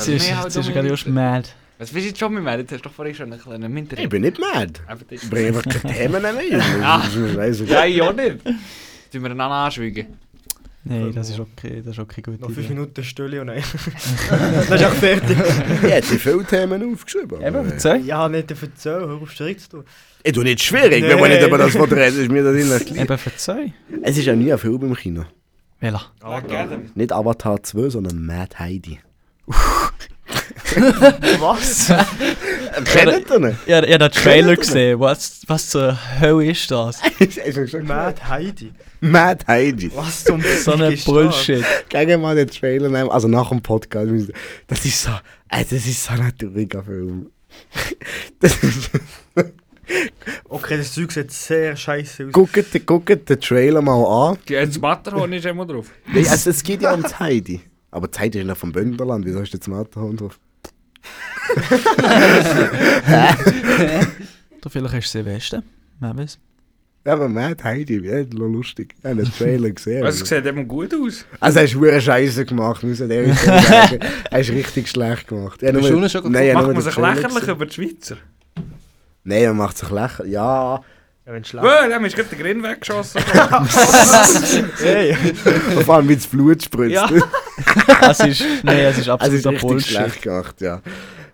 [SPEAKER 7] Sie ist, sie ist gerade erst mad.
[SPEAKER 4] Was bist du jetzt schon mit mir? Jetzt hast du doch vorhin schon einen kleinen Minter.
[SPEAKER 6] Ich bin nicht mad.
[SPEAKER 4] Aber das
[SPEAKER 6] Ich
[SPEAKER 4] ist...
[SPEAKER 6] bringe einfach keine Themen rein.
[SPEAKER 4] Ah.
[SPEAKER 6] Das ist mir
[SPEAKER 4] Ja,
[SPEAKER 6] scheißegal.
[SPEAKER 4] ich auch nicht. Sollen wir ihn anschweigen?
[SPEAKER 7] Nein, das ist okay, das ist okay, gut.
[SPEAKER 5] Noch fünf Minuten Stille und nein. das ist auch fertig.
[SPEAKER 6] Ich hätte viele Themen aufgeschrieben. aber,
[SPEAKER 7] Eben,
[SPEAKER 6] äh,
[SPEAKER 7] verzeih.
[SPEAKER 5] Ja, nicht erzählen, hör auf Schritt zu tun.
[SPEAKER 6] Ich tue nicht schwierig, wenn man
[SPEAKER 5] Nein.
[SPEAKER 6] nicht über das Wort redet, ist mir das innerlich gleich.
[SPEAKER 7] Eben, verzeih.
[SPEAKER 6] Es ist ja nie ein Film im Kino.
[SPEAKER 7] Wella.
[SPEAKER 6] Nicht Avatar 2, sondern Mad Heidi.
[SPEAKER 7] Was?
[SPEAKER 6] Kennt ihr nicht?
[SPEAKER 7] Ja, ich habe den Trailer Äh, gesehen. Was, was zur Hölle ist das?
[SPEAKER 6] Hast du schon gesagt?
[SPEAKER 5] Mad Heidi.
[SPEAKER 6] Mad Heidi.
[SPEAKER 5] Was zum
[SPEAKER 7] So eine
[SPEAKER 5] Fick ist das?
[SPEAKER 7] Bullshit.
[SPEAKER 6] Gegen mal den Trailer nehmen, also nach dem Podcast. müssen- Das ist so, äh, das ist so ein trauriger Film. Das ist,
[SPEAKER 5] Okay, das Zeug sieht sehr scheiße aus.
[SPEAKER 6] guckt, guckt den Trailer mal an.
[SPEAKER 4] Das Matterhorn ist immer drauf.
[SPEAKER 6] Nein, also, es geht ja um die Heidi. Aber die Heidi ist ja vom Bündnerland, wieso ist jetzt Matterhorn drauf?
[SPEAKER 7] Oder vielleicht ist sie Westen. Wer weiß.
[SPEAKER 6] Eben Mad Heidi, ja, das ist noch lustig. Ich habe einen Trailer gesehen.
[SPEAKER 4] Also, es sieht eben gut aus.
[SPEAKER 6] Also, hast du verdammt Scheiße gemacht, muss ich ehrlich sagen. Hast du richtig schlecht gemacht. Ja,
[SPEAKER 9] Hast du ihn schon geguckt?
[SPEAKER 4] Macht
[SPEAKER 6] ich habe nur
[SPEAKER 4] man
[SPEAKER 6] den
[SPEAKER 4] sich
[SPEAKER 6] Trailer
[SPEAKER 4] lächerlich
[SPEAKER 6] gesehen.
[SPEAKER 4] über die Schweizer?
[SPEAKER 6] Nein, man macht sich lächerlich. Ja,
[SPEAKER 5] Ja, wenn schlecht.
[SPEAKER 4] Wow, da ist gerade der Grin weggeschossen.
[SPEAKER 5] Hey,
[SPEAKER 6] vor allem, wie das Blut spritzt.
[SPEAKER 5] Ja.
[SPEAKER 7] Es ist, nein, es ist
[SPEAKER 6] Also, es ist
[SPEAKER 7] absoluter
[SPEAKER 6] richtig
[SPEAKER 7] Bullshit.
[SPEAKER 6] schlecht gemacht, ja.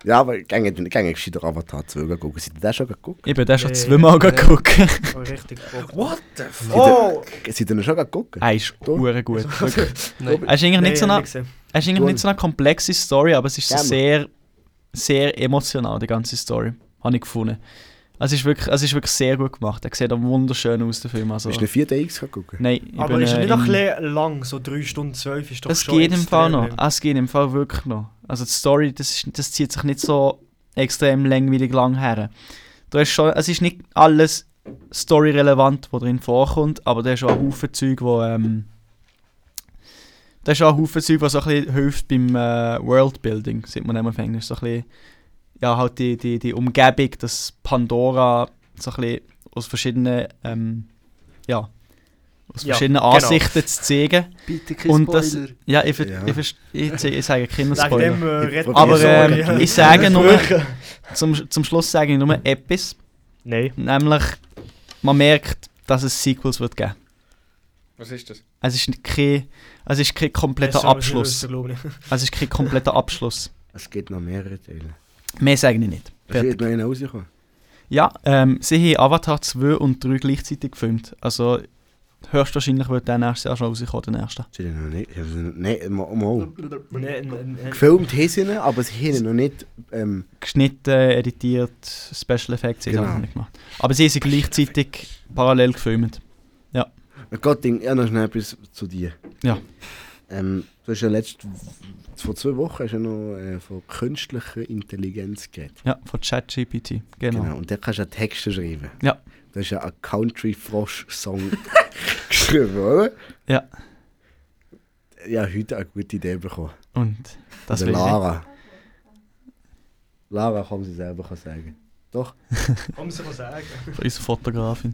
[SPEAKER 6] Ja, aber gehen wir gescheiter Avatar 2 gucken. Seid ihr das schon geguckt?
[SPEAKER 7] Ich bin den schon
[SPEAKER 5] Nee.
[SPEAKER 7] zweimal geguckt.
[SPEAKER 5] aber richtig Bock.
[SPEAKER 4] What the fuck?
[SPEAKER 5] Oh!
[SPEAKER 6] Seid ihr schon geguckt?
[SPEAKER 7] Er ist
[SPEAKER 6] Du?
[SPEAKER 7] hure gut. wirklich.
[SPEAKER 9] Nein.
[SPEAKER 7] Es ist eigentlich nicht so eine, es
[SPEAKER 5] gesehen.
[SPEAKER 7] ist eigentlich nicht so eine komplexe Story, aber es ist so
[SPEAKER 6] Gerne.
[SPEAKER 7] sehr, sehr emotional, die ganze Story. Habe ich gefunden. Es ist, wirklich, es ist wirklich sehr gut gemacht. Er sieht auch wunderschön aus, der Film. Also,
[SPEAKER 6] Bist du nicht 4DX geguckt?
[SPEAKER 7] nein, ich
[SPEAKER 5] Aber
[SPEAKER 7] bin,
[SPEAKER 5] ist er
[SPEAKER 7] äh,
[SPEAKER 5] nicht ein
[SPEAKER 7] in-
[SPEAKER 5] bisschen lang, so 3 Stunden 12 ist doch
[SPEAKER 7] Es
[SPEAKER 5] schon
[SPEAKER 7] geht im Fall
[SPEAKER 5] extrem
[SPEAKER 7] noch.
[SPEAKER 5] lang.
[SPEAKER 7] Ah, Es geht im Fall wirklich noch. Also die Story, das, ist, das zieht sich nicht so extrem langweilig lang her. Da ist schon, es ist nicht alles storyrelevant, was drin vorkommt, aber da ist auch ein Haufen Zeug, wo ähm, da ist auch ein Haufen Zeug, was so ein bisschen hilft beim äh, Worldbuilding, sieht man am Anfang. Das ist so ein bisschen, ja, halt die, die, die Umgebung, das Pandora, so ein bisschen aus verschiedenen, ähm, ja, aus
[SPEAKER 5] Ja,
[SPEAKER 7] verschiedenen
[SPEAKER 5] genau.
[SPEAKER 7] Ansichten zu zeigen.
[SPEAKER 9] Bitte kein
[SPEAKER 7] Und das-
[SPEAKER 9] Spoiler.
[SPEAKER 7] Ja, ich, ver
[SPEAKER 6] Ja.
[SPEAKER 7] Ich, verst- ich, ze- ich sage keine
[SPEAKER 5] Wegen
[SPEAKER 7] Spoiler.
[SPEAKER 5] dem äh, redet man
[SPEAKER 7] Aber
[SPEAKER 5] so,
[SPEAKER 7] ähm,
[SPEAKER 5] ja.
[SPEAKER 7] ich sage nur,
[SPEAKER 5] Früher.
[SPEAKER 7] zum, zum Schluss sage ich nur etwas,
[SPEAKER 5] Nein.
[SPEAKER 7] nämlich man merkt, dass es Sequels wird geben.
[SPEAKER 4] Was ist das?
[SPEAKER 7] Es ist kein, es ist kein kompletter Abschluss. Es ist kein kompletter Abschluss.
[SPEAKER 6] Es gibt noch mehrere Teile.
[SPEAKER 7] Mehr sage ich nicht.
[SPEAKER 6] Es
[SPEAKER 7] Fertig.
[SPEAKER 6] wird noch einer rausgekommen.
[SPEAKER 7] Ja, ähm, sie haben Avatar 2 und 3 gleichzeitig gefilmt. Also höchstwahrscheinlich wird der nächste Jahr schon rauskommen, der nächste.
[SPEAKER 6] Sie haben noch nicht. sie haben noch- Nein, mal.
[SPEAKER 7] Oh.
[SPEAKER 6] mal.
[SPEAKER 5] Nein,
[SPEAKER 6] Gefilmt haben sie ihn, aber sie haben ihn noch nicht. Ähm,
[SPEAKER 7] Geschnitten, editiert, Special Effects, genau.
[SPEAKER 6] Genau.
[SPEAKER 7] haben sie noch nicht gemacht. Aber sie haben sie gleichzeitig parallel gefilmt.
[SPEAKER 6] Gott, ich habe noch schnell etwas zu dir.
[SPEAKER 7] Ja.
[SPEAKER 6] Ähm, du hast ja letzte, vor zwei Wochen hast du ja noch äh, von künstlicher Intelligenz geredet.
[SPEAKER 7] Ja, von ChatGPT, genau.
[SPEAKER 6] Und da kannst du ja Texte schreiben.
[SPEAKER 7] Ja.
[SPEAKER 6] Du hast ja einen Country-Frosch-Song geschrieben, oder?
[SPEAKER 7] Ja.
[SPEAKER 6] Ja, heute eine gute Idee bekommen.
[SPEAKER 7] Und das
[SPEAKER 6] Von
[SPEAKER 7] will
[SPEAKER 6] der
[SPEAKER 7] ich nicht.
[SPEAKER 6] Lara. Lara kann sie selber kann sagen. Doch.
[SPEAKER 5] Komm, sie mal sagen.
[SPEAKER 7] Von unserer Fotografin.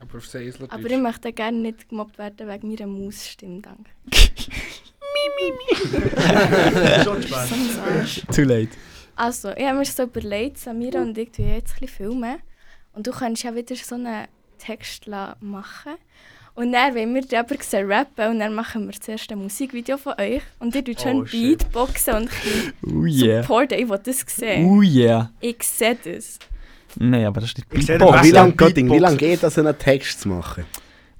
[SPEAKER 4] Aber auf Seisler.
[SPEAKER 8] Aber ich möchte gerne nicht gemobbt werden wegen meiner Mausstimme, danke.
[SPEAKER 5] Schon spät.
[SPEAKER 7] Too late.
[SPEAKER 8] Also, ich habe mir so überlegt, Samira und ich tun ja jetzt ein bisschen filmen. Und du kannst ja wieder so einen Text la- machen. Und dann, wenn wir dann aber sehen, rappen, und dann machen wir zuerst ein Musikvideo von euch. Und ihr tut schön
[SPEAKER 5] Oh, shit.
[SPEAKER 8] Beatboxen und ein bisschen
[SPEAKER 7] Oh yeah.
[SPEAKER 8] supporten. Ich will das
[SPEAKER 5] Uh.
[SPEAKER 8] sehen.
[SPEAKER 7] Oh yeah.
[SPEAKER 8] Ich sehe das.
[SPEAKER 7] Nein, aber das ist nicht
[SPEAKER 5] Ich sehe
[SPEAKER 7] Oh, Beatbox.
[SPEAKER 5] den
[SPEAKER 6] wie
[SPEAKER 5] Wasser-
[SPEAKER 6] lange Götting, wie
[SPEAKER 5] Beatbox.
[SPEAKER 6] lange geht das, einen Text zu machen?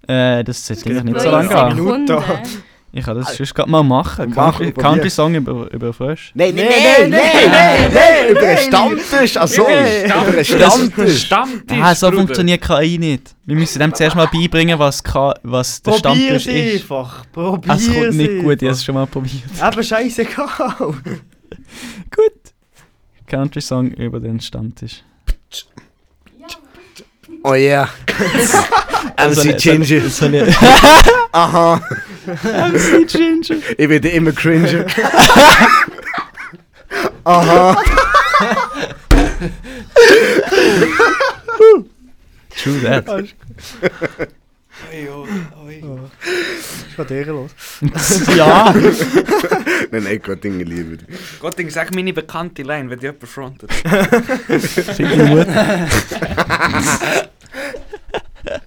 [SPEAKER 7] Äh, das sollte eigentlich nicht so
[SPEAKER 8] Zwei
[SPEAKER 7] lange gehen.
[SPEAKER 5] Minuten.
[SPEAKER 8] Sekunden.
[SPEAKER 7] Ich kann das sonst gerade mal machen.
[SPEAKER 6] Mach,
[SPEAKER 7] Country,
[SPEAKER 6] probier.
[SPEAKER 7] Country Song über, über Frösch.
[SPEAKER 6] Nein, nein, nein, nein, nein, nein, über einen Stammtisch, ach so, über einen Stammtisch.
[SPEAKER 4] Stammtisch.
[SPEAKER 7] Ah, so
[SPEAKER 4] Bruder.
[SPEAKER 7] funktioniert KI nicht. Wir müssen dem zuerst mal beibringen, was, K was der
[SPEAKER 5] Probier es
[SPEAKER 7] Stammtisch ist.
[SPEAKER 5] einfach. Probier
[SPEAKER 7] Es kommt nicht gut, ich habe
[SPEAKER 5] einfach.
[SPEAKER 7] es schon mal probiert.
[SPEAKER 5] Eben scheißegal.
[SPEAKER 7] Gut. Country Song über den Stammtisch.
[SPEAKER 6] Oh yeah. MC
[SPEAKER 7] Soll ich- soll-
[SPEAKER 6] Ginger.
[SPEAKER 7] soll ich-
[SPEAKER 6] Aha,
[SPEAKER 7] MC Ginger.
[SPEAKER 6] ich werde immer cringer. Aha.
[SPEAKER 7] True that.
[SPEAKER 5] Ist gerade ehrenlos.
[SPEAKER 7] ja.
[SPEAKER 6] Nein, nein, Götting, ich liebe dich.
[SPEAKER 4] Gott, ich sag meine bekannte Line, wenn die jemand frontet.
[SPEAKER 7] Fick die Mutter. Der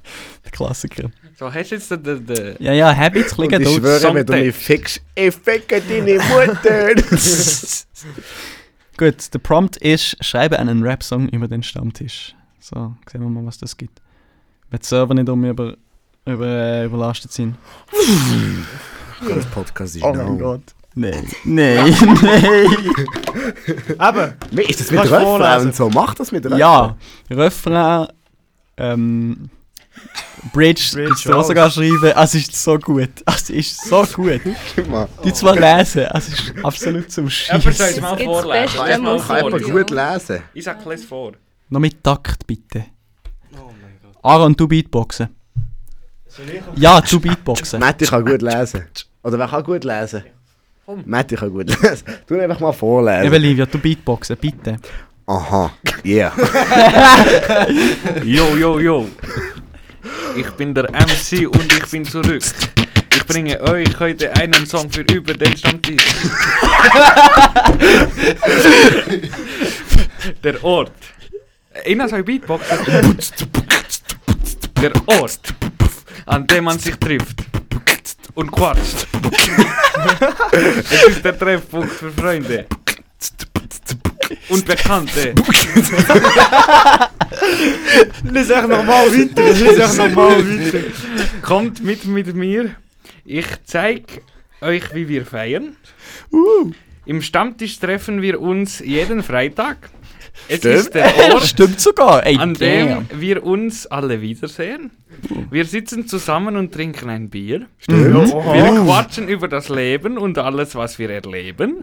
[SPEAKER 7] Klassiker.
[SPEAKER 4] So, hast du jetzt den. den, den
[SPEAKER 7] Ja, ja, Habits
[SPEAKER 6] Und
[SPEAKER 7] liegen
[SPEAKER 6] ich
[SPEAKER 7] dort.
[SPEAKER 6] schwöre, wenn du mich
[SPEAKER 4] Songtext.
[SPEAKER 6] fickst, ich ficke deine Mutter.
[SPEAKER 7] Gut, der Prompt ist, schreibe einen Rap-Song über den Stammtisch. So, sehen wir mal, was das gibt. Wenn die Server nicht um über, über, äh, überlastet sind.
[SPEAKER 6] Das Podcast ist
[SPEAKER 7] Oh Gott. Nein, nein, nein.
[SPEAKER 5] Eben.
[SPEAKER 6] Nee, Ist das mit
[SPEAKER 5] Kannst
[SPEAKER 6] Refrain
[SPEAKER 5] vorlesen.
[SPEAKER 6] und so? Mach das mit Refrain.
[SPEAKER 7] Ja, Refrain, ähm, Bridge,
[SPEAKER 5] Bridge,
[SPEAKER 7] kannst du auch
[SPEAKER 5] alles.
[SPEAKER 7] sogar schreiben. "Ah, Es ist so gut. Ah, Es ist so gut.
[SPEAKER 6] Gib mal.
[SPEAKER 7] Die zwei lesen, "Ah, es ist absolut zum
[SPEAKER 4] Jemand soll
[SPEAKER 7] Schießen.
[SPEAKER 4] es mal
[SPEAKER 8] Jetzt
[SPEAKER 4] vorlesen.
[SPEAKER 8] das
[SPEAKER 6] Kann
[SPEAKER 8] Beste
[SPEAKER 4] Lest mal
[SPEAKER 6] jemand-
[SPEAKER 8] muss ich
[SPEAKER 4] vor.
[SPEAKER 6] kann jemand
[SPEAKER 8] Audio.
[SPEAKER 6] gut lesen?
[SPEAKER 4] Ich sag, les vor.
[SPEAKER 7] Noch mit Takt bitte. Aaron, du Beatboxen. Ja, zu Beatboxen.
[SPEAKER 6] Matti kann gut lesen. Oder wer kann gut lesen? Matti kann gut lesen. Tu ihn einfach mal vorlesen.
[SPEAKER 7] Eben, Livia, du Beatboxen, bitte.
[SPEAKER 6] Aha, yeah.
[SPEAKER 4] Yo, yo, yo. ich bin der MC und ich bin zurück. Ich bringe euch heute einen Song für über den Stammtisch. der Ort. Einer soll Beatboxen. Der Ort, an dem man sich trifft und quatscht. es ist der Treffpunkt für Freunde und Bekannte.
[SPEAKER 5] Lies echt normal weiter, lies echt normal weiter.
[SPEAKER 4] Kommt mit mit mir. Ich zeig euch, wie wir feiern.
[SPEAKER 5] Uh.
[SPEAKER 4] Im Stammtisch treffen wir uns jeden Freitag. Es ist der Ort,
[SPEAKER 7] Stimmt sogar. Ey,
[SPEAKER 4] an
[SPEAKER 7] damn.
[SPEAKER 4] dem wir uns alle wiedersehen. Wir sitzen zusammen und trinken ein Bier. Mhm. Wir quatschen über das Leben und alles, was wir erleben.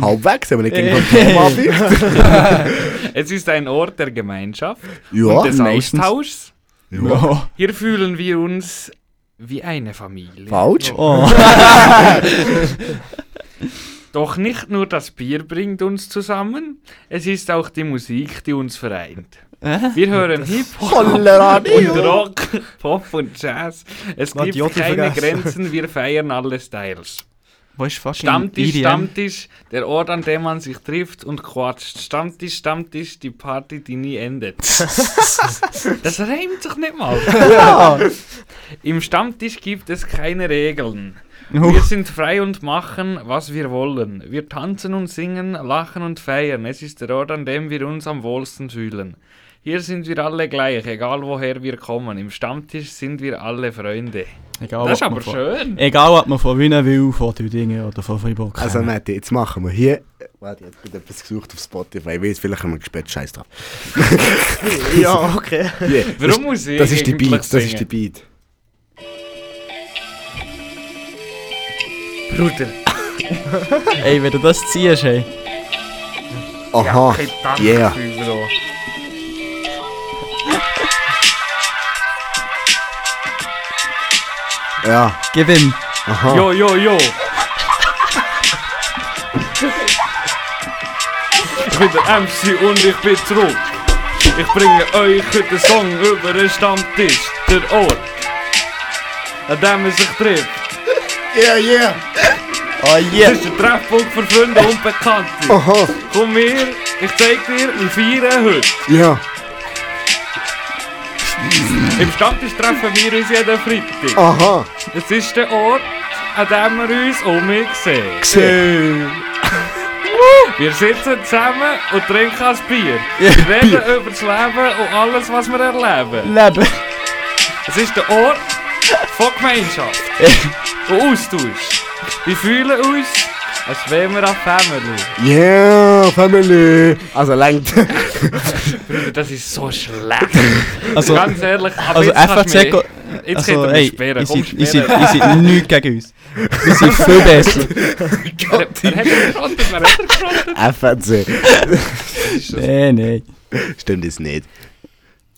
[SPEAKER 6] Halbwegs, aber nicht gegen Kondom anbietet.
[SPEAKER 4] Es ist ein Ort der Gemeinschaft und
[SPEAKER 6] Ja,
[SPEAKER 4] des
[SPEAKER 6] meistens.
[SPEAKER 4] Austauschs.
[SPEAKER 7] Ja.
[SPEAKER 4] Hier fühlen wir uns wie eine Familie.
[SPEAKER 6] Falsch.
[SPEAKER 7] Oh.
[SPEAKER 4] Doch nicht nur das Bier bringt uns zusammen, es ist auch die Musik, die uns vereint. Wir hören Hip-Hop
[SPEAKER 6] Cholera,
[SPEAKER 4] und Rock, Pop und Jazz. Es
[SPEAKER 5] Man hat
[SPEAKER 4] gibt
[SPEAKER 5] die Jotti
[SPEAKER 4] keine
[SPEAKER 5] vergessen.
[SPEAKER 4] Grenzen, wir feiern alle Styles.
[SPEAKER 7] Wo ist fucking
[SPEAKER 4] Stammtisch,
[SPEAKER 7] EDM?
[SPEAKER 4] Stammtisch, der Ort, an dem man sich trifft und quatscht. Stammtisch, Stammtisch, die Party, die nie endet. Das reimt sich nicht mal. Im Stammtisch gibt es keine Regeln. Wir sind frei und machen, was wir wollen. Wir tanzen und singen, lachen und feiern. Es ist der Ort, an dem wir uns am wohlsten fühlen. Hier sind wir alle gleich, egal woher wir kommen. Im Stammtisch sind wir alle Freunde.
[SPEAKER 7] Egal,
[SPEAKER 4] Das ist
[SPEAKER 7] ob
[SPEAKER 4] aber
[SPEAKER 7] man von-
[SPEAKER 4] schön.
[SPEAKER 7] Egal, ob man von Wiener will, von Düdingen oder von Freiburg.
[SPEAKER 6] Also
[SPEAKER 7] kommt.
[SPEAKER 6] Matti, jetzt machen wir hier... Warte, jetzt wird etwas gesucht auf Spotify. Ich weiß, vielleicht haben wir gespielt. Scheiß drauf.
[SPEAKER 5] Ja, okay.
[SPEAKER 6] Yeah.
[SPEAKER 4] Warum muss ich
[SPEAKER 6] Das ist die
[SPEAKER 4] eigentlich
[SPEAKER 6] Beat, das ist die
[SPEAKER 4] singen?
[SPEAKER 6] Beat.
[SPEAKER 4] Bruder,
[SPEAKER 7] Ey, wenn du das ziehst, ey.
[SPEAKER 6] Aha,
[SPEAKER 4] kein Dank
[SPEAKER 6] yeah.
[SPEAKER 4] dafür, Bro.
[SPEAKER 6] ja,
[SPEAKER 7] Gib ihm.
[SPEAKER 6] aha.
[SPEAKER 4] Jo, jo, jo. ich bin der MC und ich bin zurück. Ich bringe euch heute einen Song über den Stammtisch, der Ort, an dem man sich trifft.
[SPEAKER 6] Yeah, yeah.
[SPEAKER 7] Oh
[SPEAKER 4] Das
[SPEAKER 7] yeah.
[SPEAKER 4] ist der Treffpunkt für Freunde und Bekannte.
[SPEAKER 6] Aha,
[SPEAKER 4] Komm her, ich zeig dir, wir feiern heute.
[SPEAKER 6] ja.
[SPEAKER 4] Im Stammtisch treffen wir uns jeden
[SPEAKER 6] Ah.
[SPEAKER 4] Freitag.
[SPEAKER 6] Aha.
[SPEAKER 4] Es ist der Ort, an dem wir uns um uns sehen. Wir sitzen zusammen und trinken ein Bier. Wir reden über das Leben und alles, was wir erleben.
[SPEAKER 7] Leben.
[SPEAKER 4] Es ist der Ort von Gemeinschaft und Austausch. Wir fühlen uns, als wären wir eine Family.
[SPEAKER 6] Yeah, Family. Also lenkt.
[SPEAKER 4] Das ist so schlecht.
[SPEAKER 7] Also,
[SPEAKER 4] Ganz ehrlich, aber
[SPEAKER 7] also
[SPEAKER 4] jetzt kannst du
[SPEAKER 7] FAZ.
[SPEAKER 4] mich- Jetzt also,
[SPEAKER 7] Also,
[SPEAKER 4] könnt ihr
[SPEAKER 7] ey,
[SPEAKER 4] mich
[SPEAKER 7] ihr
[SPEAKER 4] sperren. Komm,
[SPEAKER 7] seid, ihr seid,
[SPEAKER 4] sperren.
[SPEAKER 7] ihr seid nichts gegen uns. Wir sind viel besser.
[SPEAKER 4] Er hat er gefrontet, er hat er gefrontet.
[SPEAKER 6] FNC.
[SPEAKER 7] Nee, nee.
[SPEAKER 6] Stimmt es nicht.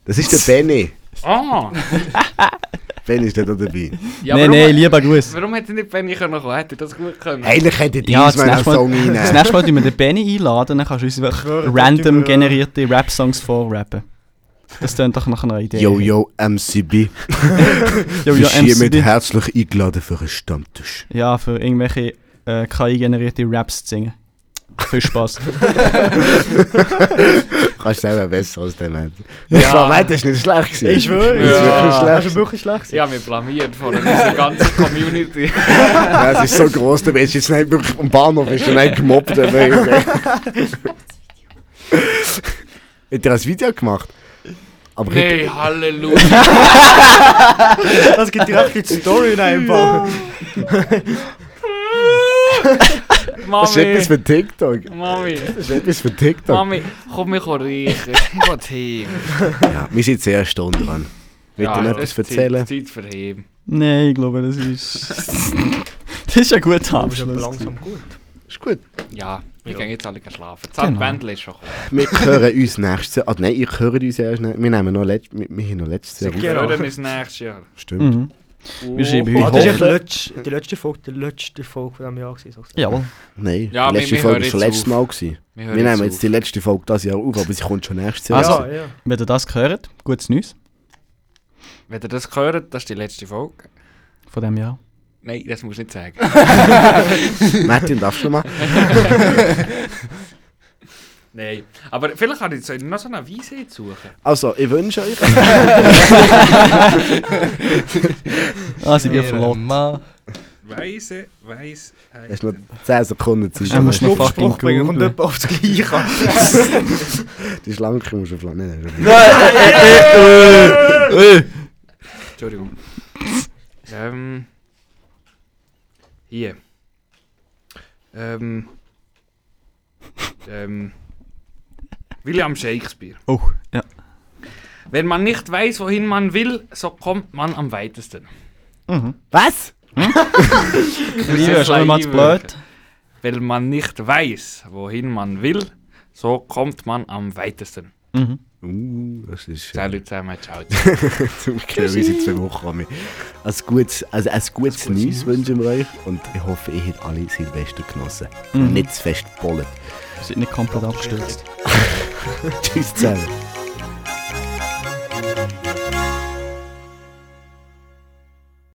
[SPEAKER 6] Das ist der Benny.
[SPEAKER 4] Ah,
[SPEAKER 6] Benny ist nicht noch dabei.
[SPEAKER 4] ja,
[SPEAKER 7] nee,
[SPEAKER 4] warum,
[SPEAKER 7] nee, lieber Gruß.
[SPEAKER 4] Warum hätte nicht Benny kommen können? Hätte er das gut können?
[SPEAKER 6] Eigentlich hätte ich
[SPEAKER 7] Ja,
[SPEAKER 6] ja,
[SPEAKER 7] das
[SPEAKER 6] meinen
[SPEAKER 7] nächste,
[SPEAKER 6] Song
[SPEAKER 7] Mal, das
[SPEAKER 6] rein.
[SPEAKER 7] nächste Mal, wenn wir den Benny einladen, dann kannst du uns einfach
[SPEAKER 5] Schwöre,
[SPEAKER 7] random
[SPEAKER 5] tun wir-
[SPEAKER 7] generierte Rap-Songs vorrappen. Das klingt doch nach einer Idee.
[SPEAKER 6] Yo, yo, MCB.
[SPEAKER 7] yo,
[SPEAKER 6] Du
[SPEAKER 7] yo
[SPEAKER 6] bist hiermit
[SPEAKER 7] MCD.
[SPEAKER 6] herzlich eingeladen für einen Stammtisch.
[SPEAKER 7] Ja, für irgendwelche äh, KI-generierte Raps zu singen. Viel Spaß.
[SPEAKER 6] Kannst selber besser als der Mann. Ja. Das war weiter, ist nicht schlecht gewesen.
[SPEAKER 5] Ich schwöre.
[SPEAKER 6] Das ist wirklich
[SPEAKER 4] Ja.
[SPEAKER 5] Das
[SPEAKER 6] schlecht.
[SPEAKER 5] ist wirklich schlecht.
[SPEAKER 4] Ja, wir blamiert vor unserer ganzen Community.
[SPEAKER 6] Ja, es ist so groß, der Mensch jetzt nicht wirklich am Bahnhof ist und nicht gemobbt. Hat er ein Video gemacht? Aber ich-
[SPEAKER 4] Nee, Halleluja.
[SPEAKER 5] Das geht direkt in die Story rein. einfach.
[SPEAKER 6] das ist
[SPEAKER 4] Mami,
[SPEAKER 6] etwas für TikTok.
[SPEAKER 4] Mami,
[SPEAKER 6] Das ist etwas für TikTok.
[SPEAKER 4] Mami, komm, wir kommen reichen. Ich will heim.
[SPEAKER 6] Ja, wir sind sehr erstaunt dran. Wird dir noch
[SPEAKER 4] das
[SPEAKER 6] etwas
[SPEAKER 4] ist Zeit-
[SPEAKER 6] erzählen?
[SPEAKER 4] Zeit für heim.
[SPEAKER 7] Nein, ich glaube, das ist. das ist ein guter
[SPEAKER 5] Das ist aber
[SPEAKER 7] Abschluss.
[SPEAKER 5] langsam gut.
[SPEAKER 6] Ist gut.
[SPEAKER 4] Ja, wir gehen jetzt alle schlafen. Das
[SPEAKER 7] Genau.
[SPEAKER 4] Bändel ist schon gekommen.
[SPEAKER 6] Wir hören uns nächstes Jahr. Ah, nein, ich höre uns erst nicht. Wir nehmen noch, letzt, wir, wir haben noch letztes Jahr.
[SPEAKER 4] Wir
[SPEAKER 5] Genau.
[SPEAKER 4] hören uns nächstes Jahr.
[SPEAKER 6] Stimmt.
[SPEAKER 7] Mhm.
[SPEAKER 4] Oh,
[SPEAKER 7] Wir schreiben
[SPEAKER 5] Ah,
[SPEAKER 7] heute.
[SPEAKER 5] das ist echt die
[SPEAKER 7] Hoffe-
[SPEAKER 5] letzte- die letzte Folge, die letzte Folge von diesem Jahr. gewesen, so gesagt.
[SPEAKER 7] Jawohl.
[SPEAKER 6] Nein,
[SPEAKER 4] Ja,
[SPEAKER 6] die
[SPEAKER 4] wir-
[SPEAKER 6] letzte
[SPEAKER 4] wir hören
[SPEAKER 6] Folge war
[SPEAKER 4] jetzt
[SPEAKER 6] letztes
[SPEAKER 4] auf.
[SPEAKER 6] Mal. Gewesen.
[SPEAKER 4] Wir
[SPEAKER 6] Wir
[SPEAKER 4] hören
[SPEAKER 6] nehmen
[SPEAKER 4] auf.
[SPEAKER 6] jetzt die letzte Folge dieses Jahr auf, aber sie kommt schon nächstes Jahr.
[SPEAKER 7] Also-
[SPEAKER 5] ja, ja.
[SPEAKER 7] Wenn ihr das gehört, gutes Neues.
[SPEAKER 4] Wenn ihr das hört, das ist die letzte Folge.
[SPEAKER 7] Von dem Jahr.
[SPEAKER 4] Nein, das muss ich nicht sagen.
[SPEAKER 6] Martin, darfst du noch mal?
[SPEAKER 4] Nein. Aber vielleicht kann ich so- noch so eine Weise suchen.
[SPEAKER 6] Also, ich wünsche euch...
[SPEAKER 7] Ah, sie wird verloren.
[SPEAKER 9] Mann.
[SPEAKER 4] Weise, Weise.
[SPEAKER 6] Hast noch 10 Sekunden Zeit.
[SPEAKER 7] Er muss
[SPEAKER 5] Nur
[SPEAKER 7] noch
[SPEAKER 5] auf
[SPEAKER 7] fucking
[SPEAKER 5] Spruch bringen und
[SPEAKER 7] googlen.
[SPEAKER 5] jemand aufs Gleiche.
[SPEAKER 6] Die Schlanke musst du vielleicht nicht.
[SPEAKER 4] Entschuldigung. ähm. Hier. Ähm. Ähm. William Shakespeare.
[SPEAKER 7] Oh, ja.
[SPEAKER 4] Wenn man nicht weiß, wohin man will, so kommt man am weitesten.
[SPEAKER 7] Mhm.
[SPEAKER 6] Was?
[SPEAKER 7] Liebe, schon mal zu blöd.
[SPEAKER 4] Wenn man nicht weiß, wohin man will, so kommt man am weitesten.
[SPEAKER 7] Mhm.
[SPEAKER 6] Uh, das ist schön.
[SPEAKER 4] Salut zusammen, ciao.
[SPEAKER 6] Zum Glück sind zwei Wochen an mich. Ein gutes, also ein gutes Neues wünschen wir euch und ich hoffe, ihr habt alle Silvester genossen.
[SPEAKER 7] Mhm.
[SPEAKER 6] Nicht zu fest bollen.
[SPEAKER 7] Sind nicht komplett abgestürzt.
[SPEAKER 6] Tschüss zusammen.